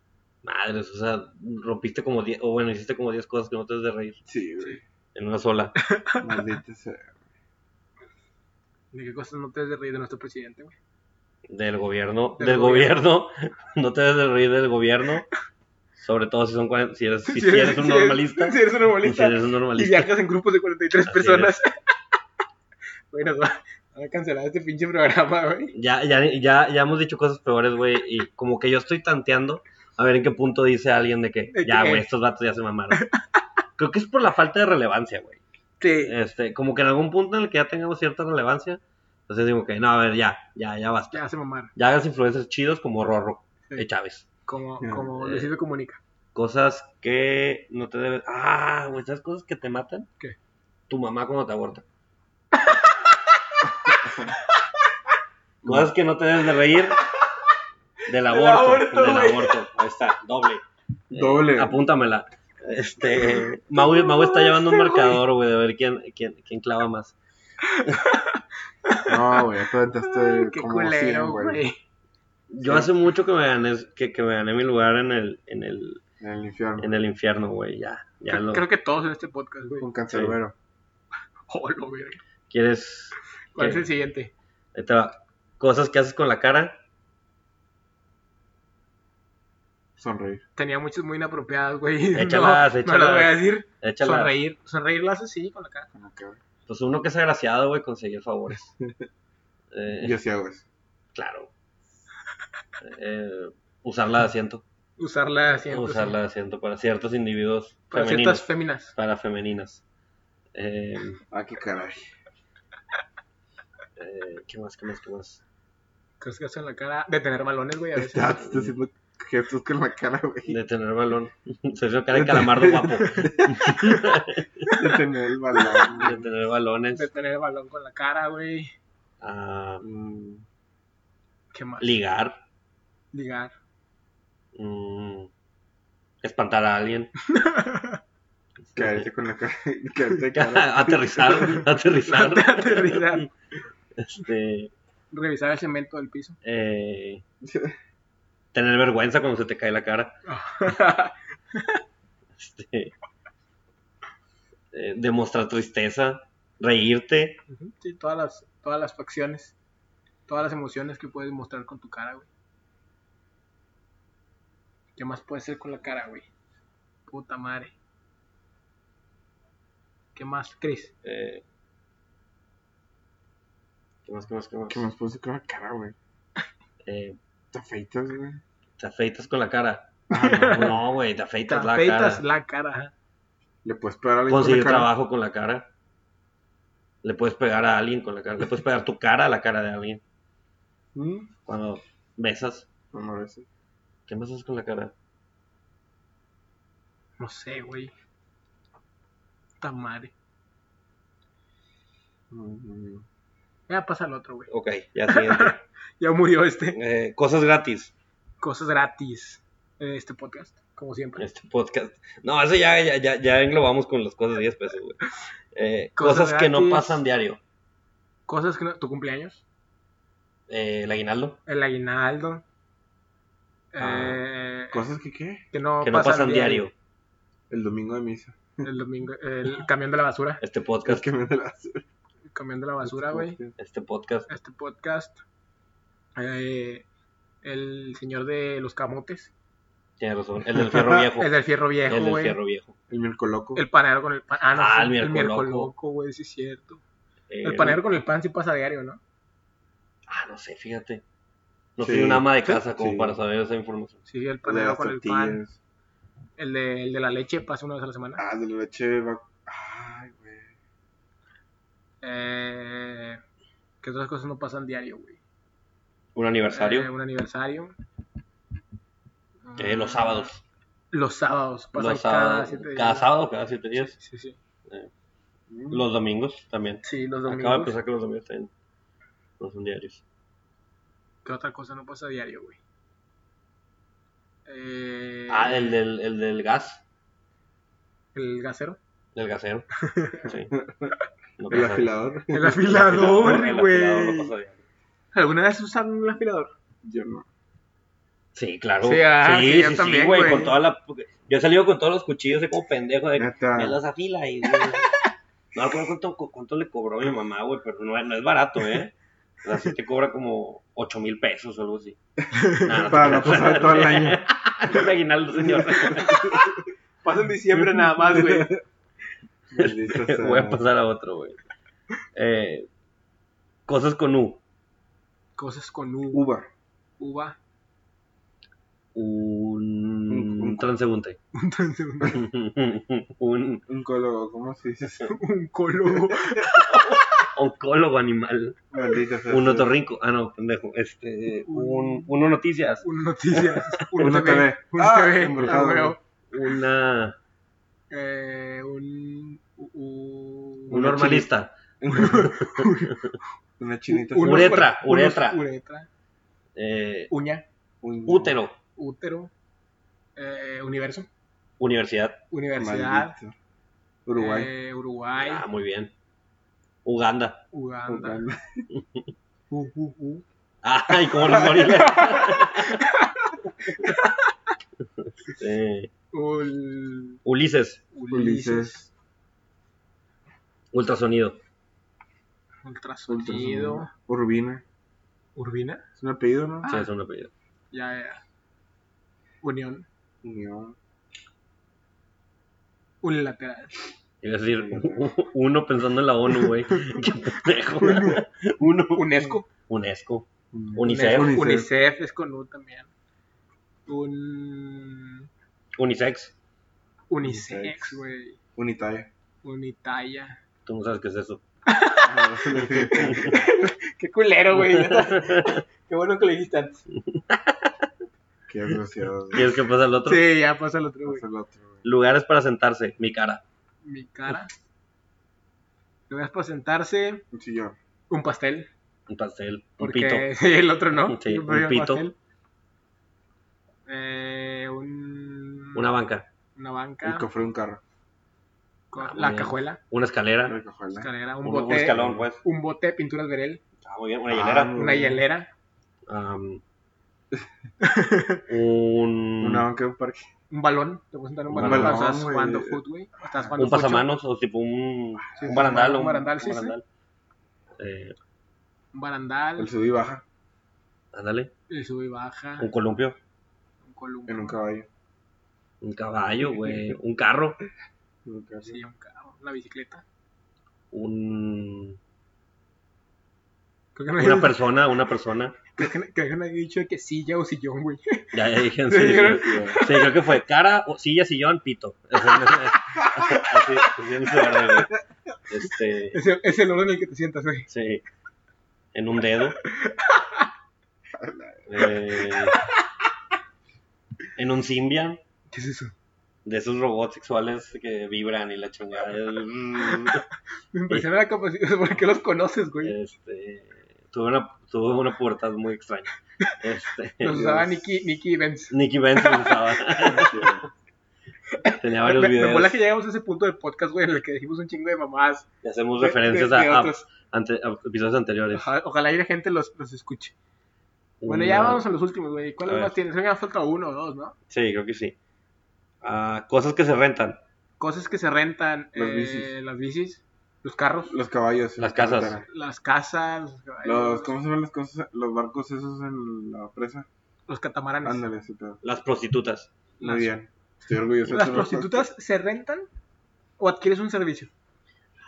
S1: Madres, o sea, rompiste como 10, o bueno, hiciste como 10 cosas que no te debes de reír
S3: Sí, güey.
S1: en una sola.
S3: Maldita sea.
S2: ¿De qué cosas no te has de reír de nuestro presidente, güey?
S1: Del gobierno,
S2: Del
S1: del, gobierno. no te debes de reír del gobierno, sobre todo si son cuaren- si eres, si eres un
S2: si
S1: normalista,
S2: Si eres un
S1: y si
S2: normalista.
S1: eres un
S2: Y
S1: normalista.
S2: viajas en grupos de 43
S1: Así
S2: personas. bueno, va van a cancelar este pinche programa, güey.
S1: Ya, ya, ya, ya hemos dicho cosas peores, güey, y como que yo estoy tanteando a ver en qué punto dice alguien de que
S2: ¿De
S1: ya,
S2: qué?
S1: güey, estos vatos ya se mamaron. Creo que es por la falta de relevancia, güey.
S2: Sí.
S1: Este, como que en algún punto en el que ya tengamos cierta relevancia, entonces digo que no, a ver, ya, ya, ya basta.
S2: Ya se mamar.
S1: Ya hagas influencers chidos como Rorro
S2: Sí.
S1: de Chávez.
S2: Como,
S3: Ya,
S2: como
S1: eh.
S2: Luisito comunica.
S1: Cosas que no te debes. Ah, güey, ¿sabes cosas que te matan?
S2: ¿Qué?
S1: Tu mamá cuando te aborta. cosas que no te debes de reír. Del aborto.
S2: aborto,
S1: del
S2: güey.
S1: aborto. Ahí está, doble. Eh,
S3: Doble.
S1: apúntamela. Este. Mau, Mau está llevando un marcador, güey, de ver quién, quién, quién clava más.
S3: No, güey, te aventaste
S2: Qué
S3: como
S2: culero,
S3: 100, güey.
S2: güey.
S1: Yo
S3: Sí.
S1: hace mucho que me gané, que, que me gané mi lugar en el, en el,
S3: En el infierno.
S1: en el infierno, güey. Ya, ya
S2: Creo,
S1: lo.
S2: creo que todos en este podcast, güey.
S3: Con cancerbero.
S2: Oh, lo verga.
S1: ¿Quieres?
S2: ¿Cuál
S1: Sí.
S2: es el siguiente?
S1: Ahí te va. Cosas que haces con la cara.
S3: Sonreír.
S2: Tenía muchas muy inapropiadas, güey.
S1: Échalas,
S2: no, No
S1: échalas.
S2: las voy a decir.
S1: Échala.
S2: Sonreír. Sonreír lo hace así con la cara.
S3: Como que, güey.
S1: Pues uno que es agraciado, güey, conseguir favores. Eh,
S3: Yo sí hago eso.
S1: Claro. Eh, usar la de asiento.
S2: usarla siempre.
S1: usar la de asiento para ciertos individuos
S2: Para
S1: femeninos,
S2: ciertas féminas.
S1: para femeninas. Eh,
S3: Ah, qué caray.
S1: eh, ¿Qué más? ¿Qué más? ¿Qué más?
S2: Creo que hacen la cara de tener malones, güey, a veces.
S3: Estaba te estoy haciendo gestos con la cara, güey.
S1: De tener balón. Se hizo cara de calamardo guapo.
S3: De tener el balón.
S1: De tener balones.
S2: De tener balón con la cara, güey.
S1: Ah,
S3: Mm,
S2: ¿Qué más?
S1: ligar.
S2: Ligar.
S1: mm, espantar a alguien. Este,
S3: Caerte con la cara. Caerte de cara.
S1: aterrizar. Aterrizar.
S2: Aterrizar.
S1: Este,
S2: Revisar el cemento del piso.
S1: eh, tener vergüenza cuando se te cae la cara. Este, eh, demostrar tristeza. Reírte.
S2: Ujú, Sí, todas las, todas las facciones, todas las emociones que puedes mostrar con tu cara, güey. ¿Qué más puede ser con la cara, güey? Puta madre. ¿Qué más, Chris?
S1: eh, ¿Qué más? ¿Qué más? ¿Qué más?
S3: ¿Qué más puse con la cara, güey?
S1: Eh,
S3: Te afeitas, güey.
S1: te afeitas con la cara.
S3: Ah, no,
S1: No, güey, te
S2: Te
S1: afeitas la cara.
S2: afeitas la cara.
S3: Le puedes pegar a alguien con la
S1: conseguir
S3: cara.
S1: trabajo con la cara. Le puedes pegar a alguien con la cara. Le puedes pegar tu cara a la cara de alguien.
S3: Mm,
S1: Cuando besas,
S3: No, no, a veces.
S1: ¿qué besas con la cara?
S2: No sé, güey. Puta madre.
S3: Mm, mm.
S2: Ya pasa el otro, güey.
S1: Ok, ya siguiente.
S2: Ya murió este.
S1: Eh, cosas gratis.
S2: Cosas gratis. en Este podcast, como siempre.
S1: Este podcast. No, eso ya, ya, ya, ya englobamos con las cosas de 10 pesos, güey. Eh, cosas
S2: Cosas
S1: que no
S2: gratis.
S1: pasan diario.
S2: Cosas que no... ¿Tu cumpleaños?
S1: Eh, el aguinaldo.
S2: El aguinaldo.
S3: Ah,
S2: eh,
S3: ¿Cosas que qué?
S2: que no,
S1: que no pasan
S2: diario.
S1: diario.
S3: El domingo de misa.
S2: El domingo, el camión de la basura.
S1: Este
S3: Es
S1: podcast.
S3: que me la basura.
S2: El camión de la basura, güey.
S1: Este podcast.
S2: Este podcast. Eh, el señor de los camotes.
S1: Tiene razón. El del fierro viejo.
S2: El del fierro viejo,
S1: Oh, el del
S2: güey.
S1: fierro viejo.
S3: El miércoloco.
S2: El panadero con el pan. Ah, no,
S1: Ah,
S2: sí,
S1: el
S2: el
S1: miércoles
S2: miércoles
S1: loco.
S2: loco, güey, sí es cierto.
S1: Eh,
S2: El panadero con el pan sí pasa a diario, ¿no?
S1: Ah, no sé, fíjate. No
S3: Sí.
S1: soy un ama de casa como
S3: Sí.
S1: para saber esa información.
S2: Sí, el
S3: El de
S2: panadero
S3: las
S2: con el pan.
S3: tortillas.
S2: El de, el de la leche pasa una vez a la semana.
S3: Ah, de la leche va... Ay, güey.
S2: Eh, que otras cosas no pasan diario, güey.
S1: Un aniversario.
S2: Eh, un aniversario. Ah,
S1: Eh, los sábados.
S2: Los sábados. Pasan
S1: Los
S2: cada
S1: sábados.
S2: siete días.
S1: Cada sábado, cada siete días.
S2: Sí, sí.
S3: Mm.
S1: Los domingos también.
S2: Sí, los
S1: Acabo de
S2: domingos.
S1: pensar que los domingos también no son diarios.
S2: ¿Qué otra cosa no pasa a diario, güey? Eh,
S1: Ah, el del, el del gas.
S2: El gasero.
S1: Del gasero. Sí. No
S3: El
S1: pasa-
S3: afilador.
S2: El
S1: el afilador,
S2: afilador,
S1: el afilador no
S2: güey.
S1: pasa diario.
S2: ¿Alguna vez usan un afilador?
S3: Yo no.
S1: Sí, claro.
S2: Sí, ah, sí,
S1: sí,
S2: yo
S1: sí,
S2: también,
S1: güey.
S2: güey.
S1: Con toda la... Yo he salido con todos los cuchillos de como pendejo de
S3: Neta.
S1: Me las afila y güey. No recuerdo cuánto, cu- cuánto le cobró mi mamá, güey, pero no, es- no es barato, ¿eh? O sea, sí te cobra como 8 mil pesos o algo así. Nah, no te
S3: Para no
S1: creas.
S3: pasar todo el año.
S1: Es aguinaldo, señor.
S2: Pasa en diciembre nada más, güey.
S3: Maldito sea.
S1: Voy a pasar a otro, güey. Eh, cosas con U.
S2: Cosas con u-
S3: Uva.
S2: uva.
S1: Un,
S3: Un- un-
S1: transeúnte.
S2: Entonces,
S1: un
S3: Un cólogo, ¿cómo se dice? eso?
S2: un colo.
S1: oncólogo animal.
S3: Maldito sea.
S1: Un otorrinco. Ah, no, pendejo. Este, un, uno noticias.
S2: Una noticia.
S3: Uno TV.
S2: Un
S3: Ah,
S2: TV.
S3: embrujado,
S2: ah, güey.
S3: güey.
S1: Una,
S2: Eh, un. u-
S1: un
S3: Una
S1: normalista.
S3: Una chinita.
S2: unos-
S1: Uretra,
S2: unos-
S1: uretra.
S2: Uretra.
S1: eh,
S2: Uña.
S3: Un-
S1: útero,
S2: Útero. Eh, universo.
S1: universidad,
S2: Universidad.
S3: Maldito. Uruguay.
S2: eh, Uruguay.
S1: ah, muy bien. Uganda,
S2: Uganda.
S3: Uganda.
S2: Uh, uh, uh.
S1: ay, como los gorilas. Eh,
S2: Ul-
S1: Ulises,
S2: Ulises.
S3: Ulises.
S1: ultrasonido,
S2: Ultrasonido.
S3: Urbina.
S2: Urbina.
S3: Es un apellido, ¿no?
S1: sí, es un apellido.
S2: Ya, ya. Unión.
S3: No.
S2: Unilateral.
S1: Iba a decir uno pensando en la ONU, güey. Qué pendejo. Uno.
S2: UNESCO.
S1: UNESCO,
S3: Un-
S1: Unicef.
S2: Unicef es con U también. un
S1: Unisex.
S2: unisex, güey.
S3: Unitario.
S2: Unitalla.
S1: Tú no sabes qué es eso.
S2: Qué culero, güey. Qué bueno que lo dijiste antes.
S3: Qué desgraciado. güey.
S1: ¿Quieres que pase al otro?
S2: Sí, ya pasa el otro, güey.
S3: Pasa el otro, güey.
S1: Lugares para sentarse, mi cara.
S2: Mi cara. Lo voy a presentarse
S3: Un sillón.
S2: un pastel.
S1: Un pastel, un pito.
S2: Porque el otro no.
S1: Sí,
S2: Yo
S1: un
S2: prefiero
S1: pito.
S2: pastel. Eh, un-
S1: Una banca,
S2: una
S3: El
S2: banca.
S3: cofre de un carro.
S2: co-
S1: Ah, muy
S2: la
S1: bien.
S2: cajuela.
S1: una escalera,
S3: Una cajuela.
S2: Escalera. Un,
S1: un, un
S2: bote.
S1: escalón, pues.
S2: un bote de pinturas verel.
S1: Ah, muy bien, una
S3: Ah,
S1: hielera.
S3: muy
S2: Una
S3: bien.
S2: hielera.
S1: Am, un,
S3: Una banca de un parque.
S2: Un balón. Te voy a sentar un
S1: Un
S2: balón.
S1: balón,
S2: cuando estás
S3: güey.
S2: jugando foot, güey. o Estás jugando
S1: un
S2: fucho.
S1: pasamanos o tipo un,
S2: Ah, Sí,
S1: un barandal.
S2: un
S1: Un
S2: barandal, sí, sí.
S1: barandal. Eh,
S2: Un barandal.
S3: El sub y baja
S1: ándale,
S2: El sub y baja.
S1: un columpio,
S2: Un columpio.
S3: en un caballo.
S1: un caballo, güey, un carro,
S3: En un carro.
S2: Sí, un carro. Una bicicleta.
S1: un,
S2: Creo que no hay-
S1: una persona, una persona.
S2: Creo que, creo que no he dicho que silla o sillón, güey.
S1: Ya, ya dije, sí,
S2: Sí,
S1: sí,
S2: creo-
S3: Sí, güey.
S1: Sí, creo que fue cara, o- silla, sillón, pito. Así, así en ese orden, güey. Este,
S2: Es el, es el orden en el que te sientas, güey.
S1: sí. En un dedo. Eh, en un Symbian,
S2: ¿Qué es eso?
S1: de esos robots sexuales que vibran y la chingada. el-
S2: Me impresiona la capacidad. ¿Por qué los conoces, güey?
S1: Este, tuve una, tuve una pubertad muy extraña. Este,
S2: Los
S3: Dios.
S2: usaba Nicky, Nicky Evans.
S1: Nicky Benz los usaba. Tenía
S2: Me,
S1: varios
S2: me mola
S1: videos.
S2: que llegamos a ese punto del podcast, güey, en el que dijimos un chingo de mamadas.
S1: Y hacemos
S2: de-
S1: referencias
S2: de- de
S1: a, pues. a-
S2: otros.
S1: ante- a episodios anteriores.
S2: Ojalá, ojalá y la gente los, los escuche. Bueno, ya
S1: Una-
S2: vamos a los últimos, güey.
S1: A
S2: ¿Cuáles
S1: ver.
S2: más tienes? Creo que nos falta uno o dos, ¿no?
S1: Sí, creo que sí. Ah, cosas que se rentan.
S2: Cosas que se rentan.
S3: Las
S2: eh,
S3: bicis.
S2: Las bicis. Los carros.
S3: Los caballos. en
S1: Las
S3: la
S1: casas.
S3: carretera.
S2: Las casas. Los, caballos,
S3: Los, ¿Cómo se llaman las cosas? Los barcos esos en la presa.
S2: los catamaranes.
S3: Ándale, ese pedo.
S1: Las prostitutas.
S3: Muy
S2: Las-
S3: bien. Estoy orgulloso
S2: ¿Las
S3: de tu respuesta.
S2: prostitutas se rentan o adquieres un servicio?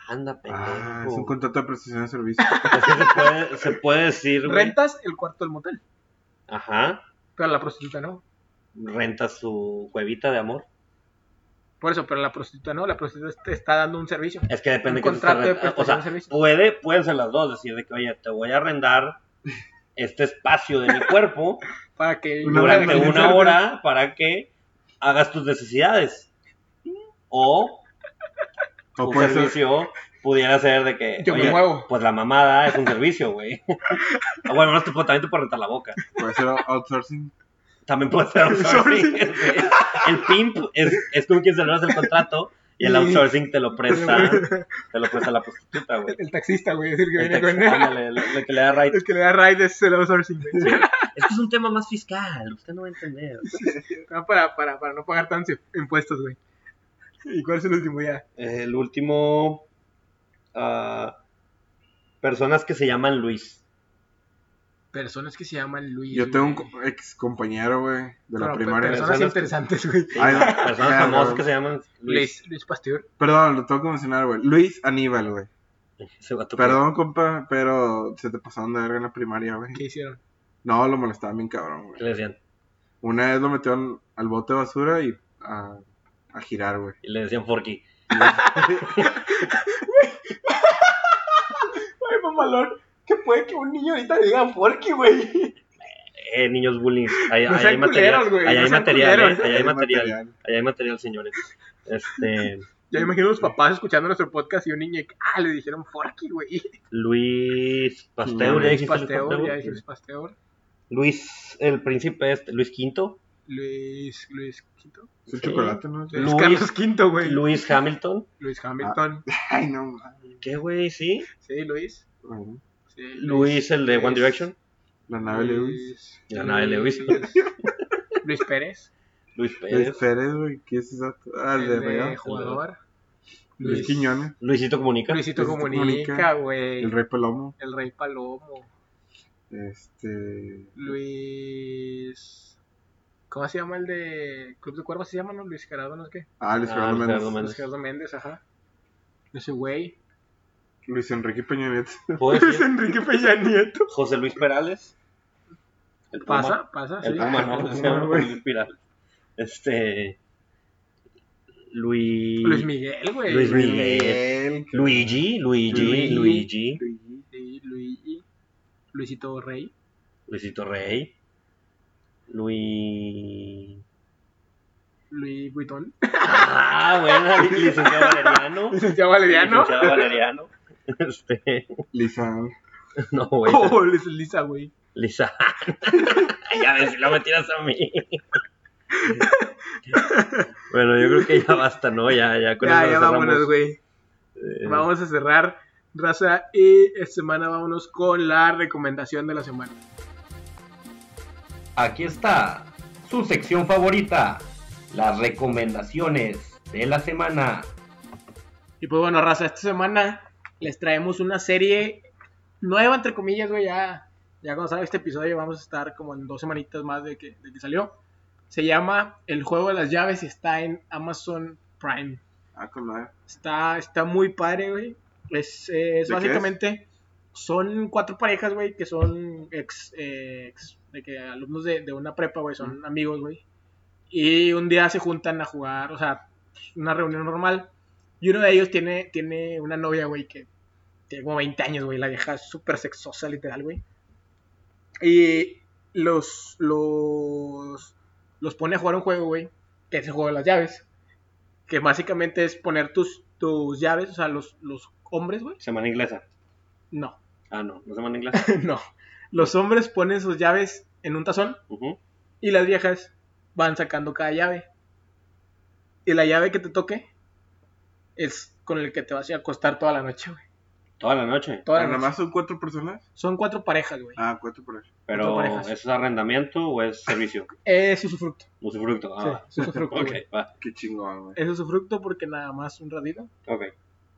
S1: Anda, pendejo.
S3: Ah, es un contrato de prestación de servicio.
S1: Es que se puede, se puede decir, güey.
S2: Rentas el cuarto del motel,
S1: Ajá.
S2: pero la prostituta no.
S1: Renta su cuevita de amor.
S2: Por eso, pero la prostituta no, la prostituta te está dando un servicio.
S1: Es que depende
S2: Un
S1: que
S2: contrato de
S1: O
S2: prestación
S1: sea,
S2: de servicio.
S1: puede, pueden ser las dos. Decir de que, oye, te voy a arrendar este espacio de mi cuerpo
S2: Para que
S3: Una
S1: durante
S3: hora.
S1: una hora para que hagas tus necesidades. O
S3: O
S1: un
S3: puede ser-
S1: servicio pudiera ser de que.
S2: Yo me
S1: oye,
S2: muevo.
S1: Pues la mamada es un servicio, güey. Ah, bueno, no es tipo, también te puede rentar la boca.
S3: puede ser outsourcing.
S1: También puede ser outsourcing. el pimp es, es con quien celebras el contrato y el
S2: Sí.
S1: outsourcing te lo presta, te lo presta la prostituta, güey.
S2: El, el taxista, güey, es el que
S1: El
S2: viene
S1: taxi-
S2: con
S1: ándale, el- el que le da right.
S2: El que le da ride es el outsourcing, güey.
S1: Es que es un tema más fiscal, usted no va a entender.
S2: Ah, Para, para, para no pagar tantos impuestos, güey. ¿Y cuál es el último ya?
S1: El último. ah, personas que se llaman Luis.
S2: Personas que se llaman Luis.
S3: Yo tengo un
S2: güey.
S3: co- ex compañero, güey, de la
S2: Pero,
S3: primaria.
S2: Personas,
S1: Personas que-
S2: interesantes, güey.
S1: Sí,
S3: Ay, no.
S1: personas
S3: Ya,
S1: famosas
S3: no.
S1: que se llaman Luis.
S2: Luis, Luis Pasteur.
S3: Perdón, lo tengo que mencionar, güey. Luis Aníbal, güey.
S1: Ese vato que-
S3: Perdón, compa, pero se te pasaron de verga en la primaria, güey.
S2: ¿Qué hicieron?
S3: No, lo molestaban bien cabrón,
S1: que
S3: güey.
S1: le decían.
S3: Una vez lo metieron al bote de basura y a, a girar, güey.
S1: Y le decían Forky.
S2: Ay, mamalón, que puede que un niño ahorita le diga Forky, güey.
S1: Eh, niños bullying. Ahí,
S2: No
S1: ahí hay
S2: sean
S1: material.
S2: culeros, güey,
S1: ahí
S2: no
S1: hay
S2: sean
S1: material,
S2: culeros.
S1: eh, ahí hay
S3: Era
S1: material. Ahí hay material, señores. Este,
S2: Ya me imagino los papás escuchando nuestro podcast y un niño que, ah, le dijeron Forky, güey.
S1: Luis Pasteur,
S3: Luis
S1: ya
S2: Luis
S1: dijiste
S2: Pasteur,
S1: Pasteur.
S2: ya dije Luis Pasteur.
S1: Luis, el príncipe este, Luis V,
S2: Luis, Luis Quinto.
S3: Es un
S1: Sí.
S3: chocolate, ¿no?
S2: Luis
S1: Luis-
S2: Carlos Quinto, güey. Luis,
S1: Luis Hamilton.
S2: Hamilton.
S3: Ay, no, mames.
S1: ¿Qué güey? Sí.
S2: Sí, Luis.
S3: Bueno,
S2: Sí,
S1: Luis, el de One
S2: Luis-
S1: Direction.
S3: La nave Lewis.
S1: La nave Lewis.
S2: Luis, Luis Pérez.
S1: Luis
S3: Luis
S1: Pérez.
S3: Pérez, güey. ¿Qué es eso? Ah, el de
S2: el de
S3: Regalo.
S2: jugador.
S3: Luis
S2: Luis-
S3: Quiñones.
S1: Luisito Comunica.
S2: Luisito
S3: Luisito
S2: Comunica,
S3: Comunica,
S2: güey.
S3: El Rey Palomo.
S2: El Rey Palomo.
S3: Este.
S2: Luis. ¿Cómo se llama el de Club de Cuervos? ¿Se llama, no? Luis Gerardo, no sé qué.
S3: Ah, Luis
S1: Ah,
S3: Fernando
S1: Luis
S3: Méndez.
S1: Fernando Méndez.
S2: Luis Gerardo Méndez, ajá. Ese güey.
S3: Luis Enrique Peña Nieto.
S1: ¿Puedo decir?
S2: Enrique Peña Nieto.
S1: José Luis Perales. El Puma.
S2: Pasa, pasa, sí.
S1: El Puma,
S3: Ah,
S1: ¿no?
S3: el
S1: Se
S3: Puma,
S1: llama
S3: güey.
S1: el espiral. Este. Luis.
S2: Luis Miguel, güey.
S1: Luis Miguel.
S3: Miguel.
S1: Luigi, Luigi,
S3: Luigi.
S1: Luigi.
S2: Luigi, Luigi, Luisito Rey.
S1: Luisito Rey. Luis.
S2: Luis Vuitton.
S1: Ah, bueno, licenciado Valeriano.
S2: Licenciado Valeriano.
S1: Licenciado Valeriano. Este.
S3: Lizán.
S1: No, güey.
S2: Oh, Liz- Lisa, güey.
S1: Lisa. ya ves, si lo me tiras a mí. bueno, yo creo que ya basta, ¿no? Ya, ya con
S2: Ya,
S1: eso
S2: ya
S1: cerramos.
S2: vámonos, güey.
S1: Eh,
S2: Vamos a cerrar, raza. Y esta semana vámonos con la recomendación de la semana.
S4: Aquí está su sección favorita, las recomendaciones de la semana.
S2: Y pues bueno, raza, esta semana les traemos una serie nueva, entre comillas, güey. Ya, ya cuando salga este episodio vamos a estar como en dos semanitas más de que, de que salió. Se llama El Juego de las Llaves y está en Amazon Prime.
S3: Ah, con madre.
S2: Está, está muy padre, güey. Es, es
S3: ¿De qué
S2: básicamente. Son cuatro parejas, güey, que son ex, eh, ex- de que alumnos de, de una prepa, güey, son amigos, güey. Y un día se juntan a jugar, o sea, una reunión normal. Y uno de ellos tiene, tiene una novia, güey, que tiene como 20 años, güey. La vieja es súper sexosa, literal, güey. Y los, los, los pone a jugar un juego, güey, que es el juego de las llaves. Que básicamente es poner tus, tus llaves, o sea, los, los hombres, güey.
S1: Semana inglesa.
S2: No,
S1: Ah, no, no semana inglesa.
S2: no. Los hombres ponen sus llaves en un tazón
S1: Ujú.
S2: y las viejas van sacando cada llave. Y la llave que te toque es con el que te vas a acostar toda la noche, güey.
S1: Toda la noche.
S2: Toda la
S3: nada
S2: noche.
S3: más son cuatro personas.
S2: Son cuatro parejas, güey.
S3: Ah, cuatro personas.
S1: Pero,
S2: cuatro parejas.
S1: ¿es arrendamiento o es servicio?
S2: Es usufructo.
S1: Usufructo. Ah,
S2: Sí, es usufructo,
S1: ok,
S2: güey.
S1: va.
S3: Qué chingón, güey.
S2: Es usufructo porque nada más un ratito
S1: Ok.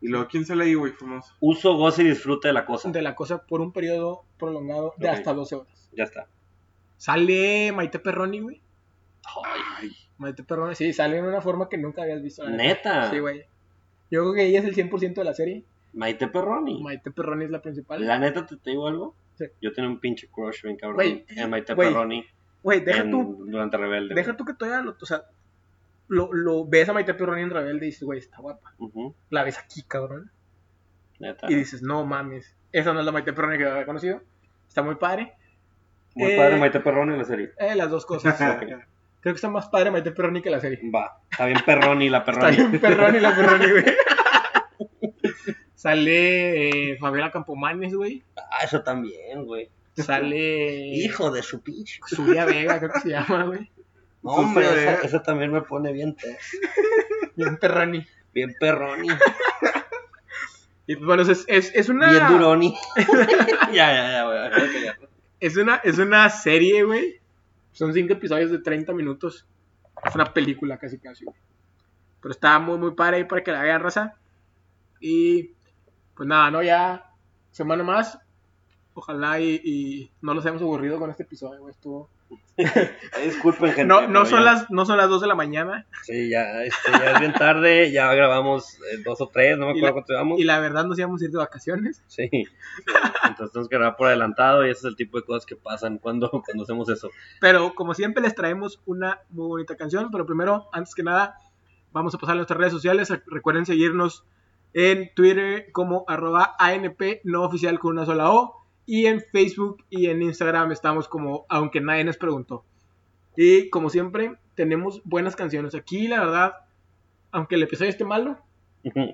S3: Y luego, ¿quién sale ahí, güey, famoso?
S1: Uso, goce y disfrute de la cosa.
S2: de la cosa por un periodo prolongado de
S1: Ok.
S2: hasta 12 horas.
S1: Ya está.
S2: Sale Maite Perroni, güey.
S3: Ay,
S2: Maite Perroni, sí, sale en una forma que nunca habías visto. la neta.
S1: Neta.
S2: Ah, Sí, güey. Yo creo que ella es el 100% de la serie.
S1: Maite Perroni.
S2: Maite Perroni es la principal.
S1: La neta, ¿te, te digo algo?
S2: Sí.
S1: Yo tenía un pinche crush bien cabrón
S2: Güey,
S1: en Maite
S2: güey,
S1: Perroni
S2: Güey, deja
S1: en-
S2: tú,
S1: durante Rebelde. güey.
S2: deja tú que todavía lo, o sea, lo, lo ves a Maite Perroni en Rebelde y dices, güey, está guapa.
S1: Ujú,
S2: La ves aquí, cabrón.
S1: neta.
S2: Y dices, no mames, esa no es la Maite Perroni que había conocido. Está muy padre.
S1: Muy
S2: eh,
S1: padre Maite Perroni en la serie.
S2: Eh, las dos cosas.
S1: Ok.
S2: Creo que está más padre Maite Perroni que la serie.
S1: Va. Está bien Perroni la
S2: Está
S1: Perroni.
S2: bien Perroni la Perroni, güey. Sale eh, Fabiola Campomanes, güey.
S1: Ah, eso también, güey.
S2: Sale
S1: Hijo de su pinche.
S2: Zulia Vega, creo que se llama, güey.
S1: No, hombre,
S3: Entonces,
S1: esa,
S3: eh,
S1: esa también me pone bien, te-
S2: Bien Perroni.
S1: bien Perroni.
S2: Y pues bueno, es, es, es una...
S1: Bien Duroni. ya, ya, ya, güey. ok, ya.
S2: Es una, es una serie, güey. Son cinco episodios de 30 minutos. Es una película casi casi, güey. Pero está muy, muy padre ahí para que la vean, raza. Y pues nada, ¿no? Ya semana más. Ojalá y, y no nos hayamos aburrido con este episodio, güey. Estuvo...
S1: Ay, Disculpen, gente.
S2: No,
S1: pero
S2: no, son
S1: ya-
S2: las, no son las 2 de la mañana.
S1: Sí, ya, este, ya es bien tarde. Ya grabamos eh, dos o tres, no me
S2: Y
S1: acuerdo
S2: la-
S1: cuánto llevamos.
S2: Y la verdad nos íbamos a ir de vacaciones.
S1: Sí. sí, Entonces tenemos que grabar por adelantado y ese es el tipo de cosas que pasan cuando, cuando hacemos eso.
S2: Pero como siempre les traemos una muy bonita canción. Pero primero, antes que nada, vamos a pasar a nuestras redes sociales. Recuerden seguirnos en Twitter como arroba ANP no oficial con una sola O. Y en Facebook y en Instagram estamos como aunque nadie nos preguntó. Y como siempre, tenemos buenas canciones. Aquí la verdad, aunque el episodio esté malo,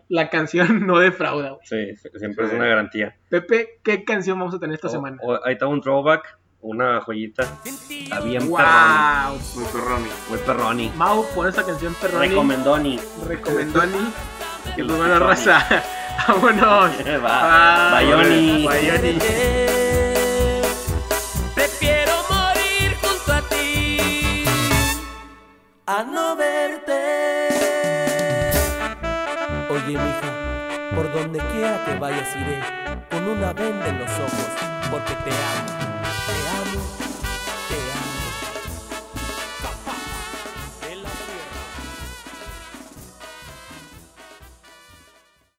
S2: la canción no defrauda. güey.
S1: Sí, siempre es
S3: Sí.
S1: una garantía.
S2: Pepe, ¿qué canción vamos a tener esta
S1: O-
S2: semana?
S1: o- ahí está un throwback, una joyita. Está bien perroni.
S2: ¡Wow!
S3: Muy perrón.
S1: Muy Pues perroni.
S2: Mau, pon esta canción perroni.
S1: Recomendoni.
S2: recomendó a Ni. Y pues bueno, raza. Vámonos.
S1: Va. Bayoni.
S2: Ah, Bayoni.
S5: Prefiero morir junto a ti a no verte. Oye, mija, por donde quiera que vayas iré con una venda en los ojos porque te amo.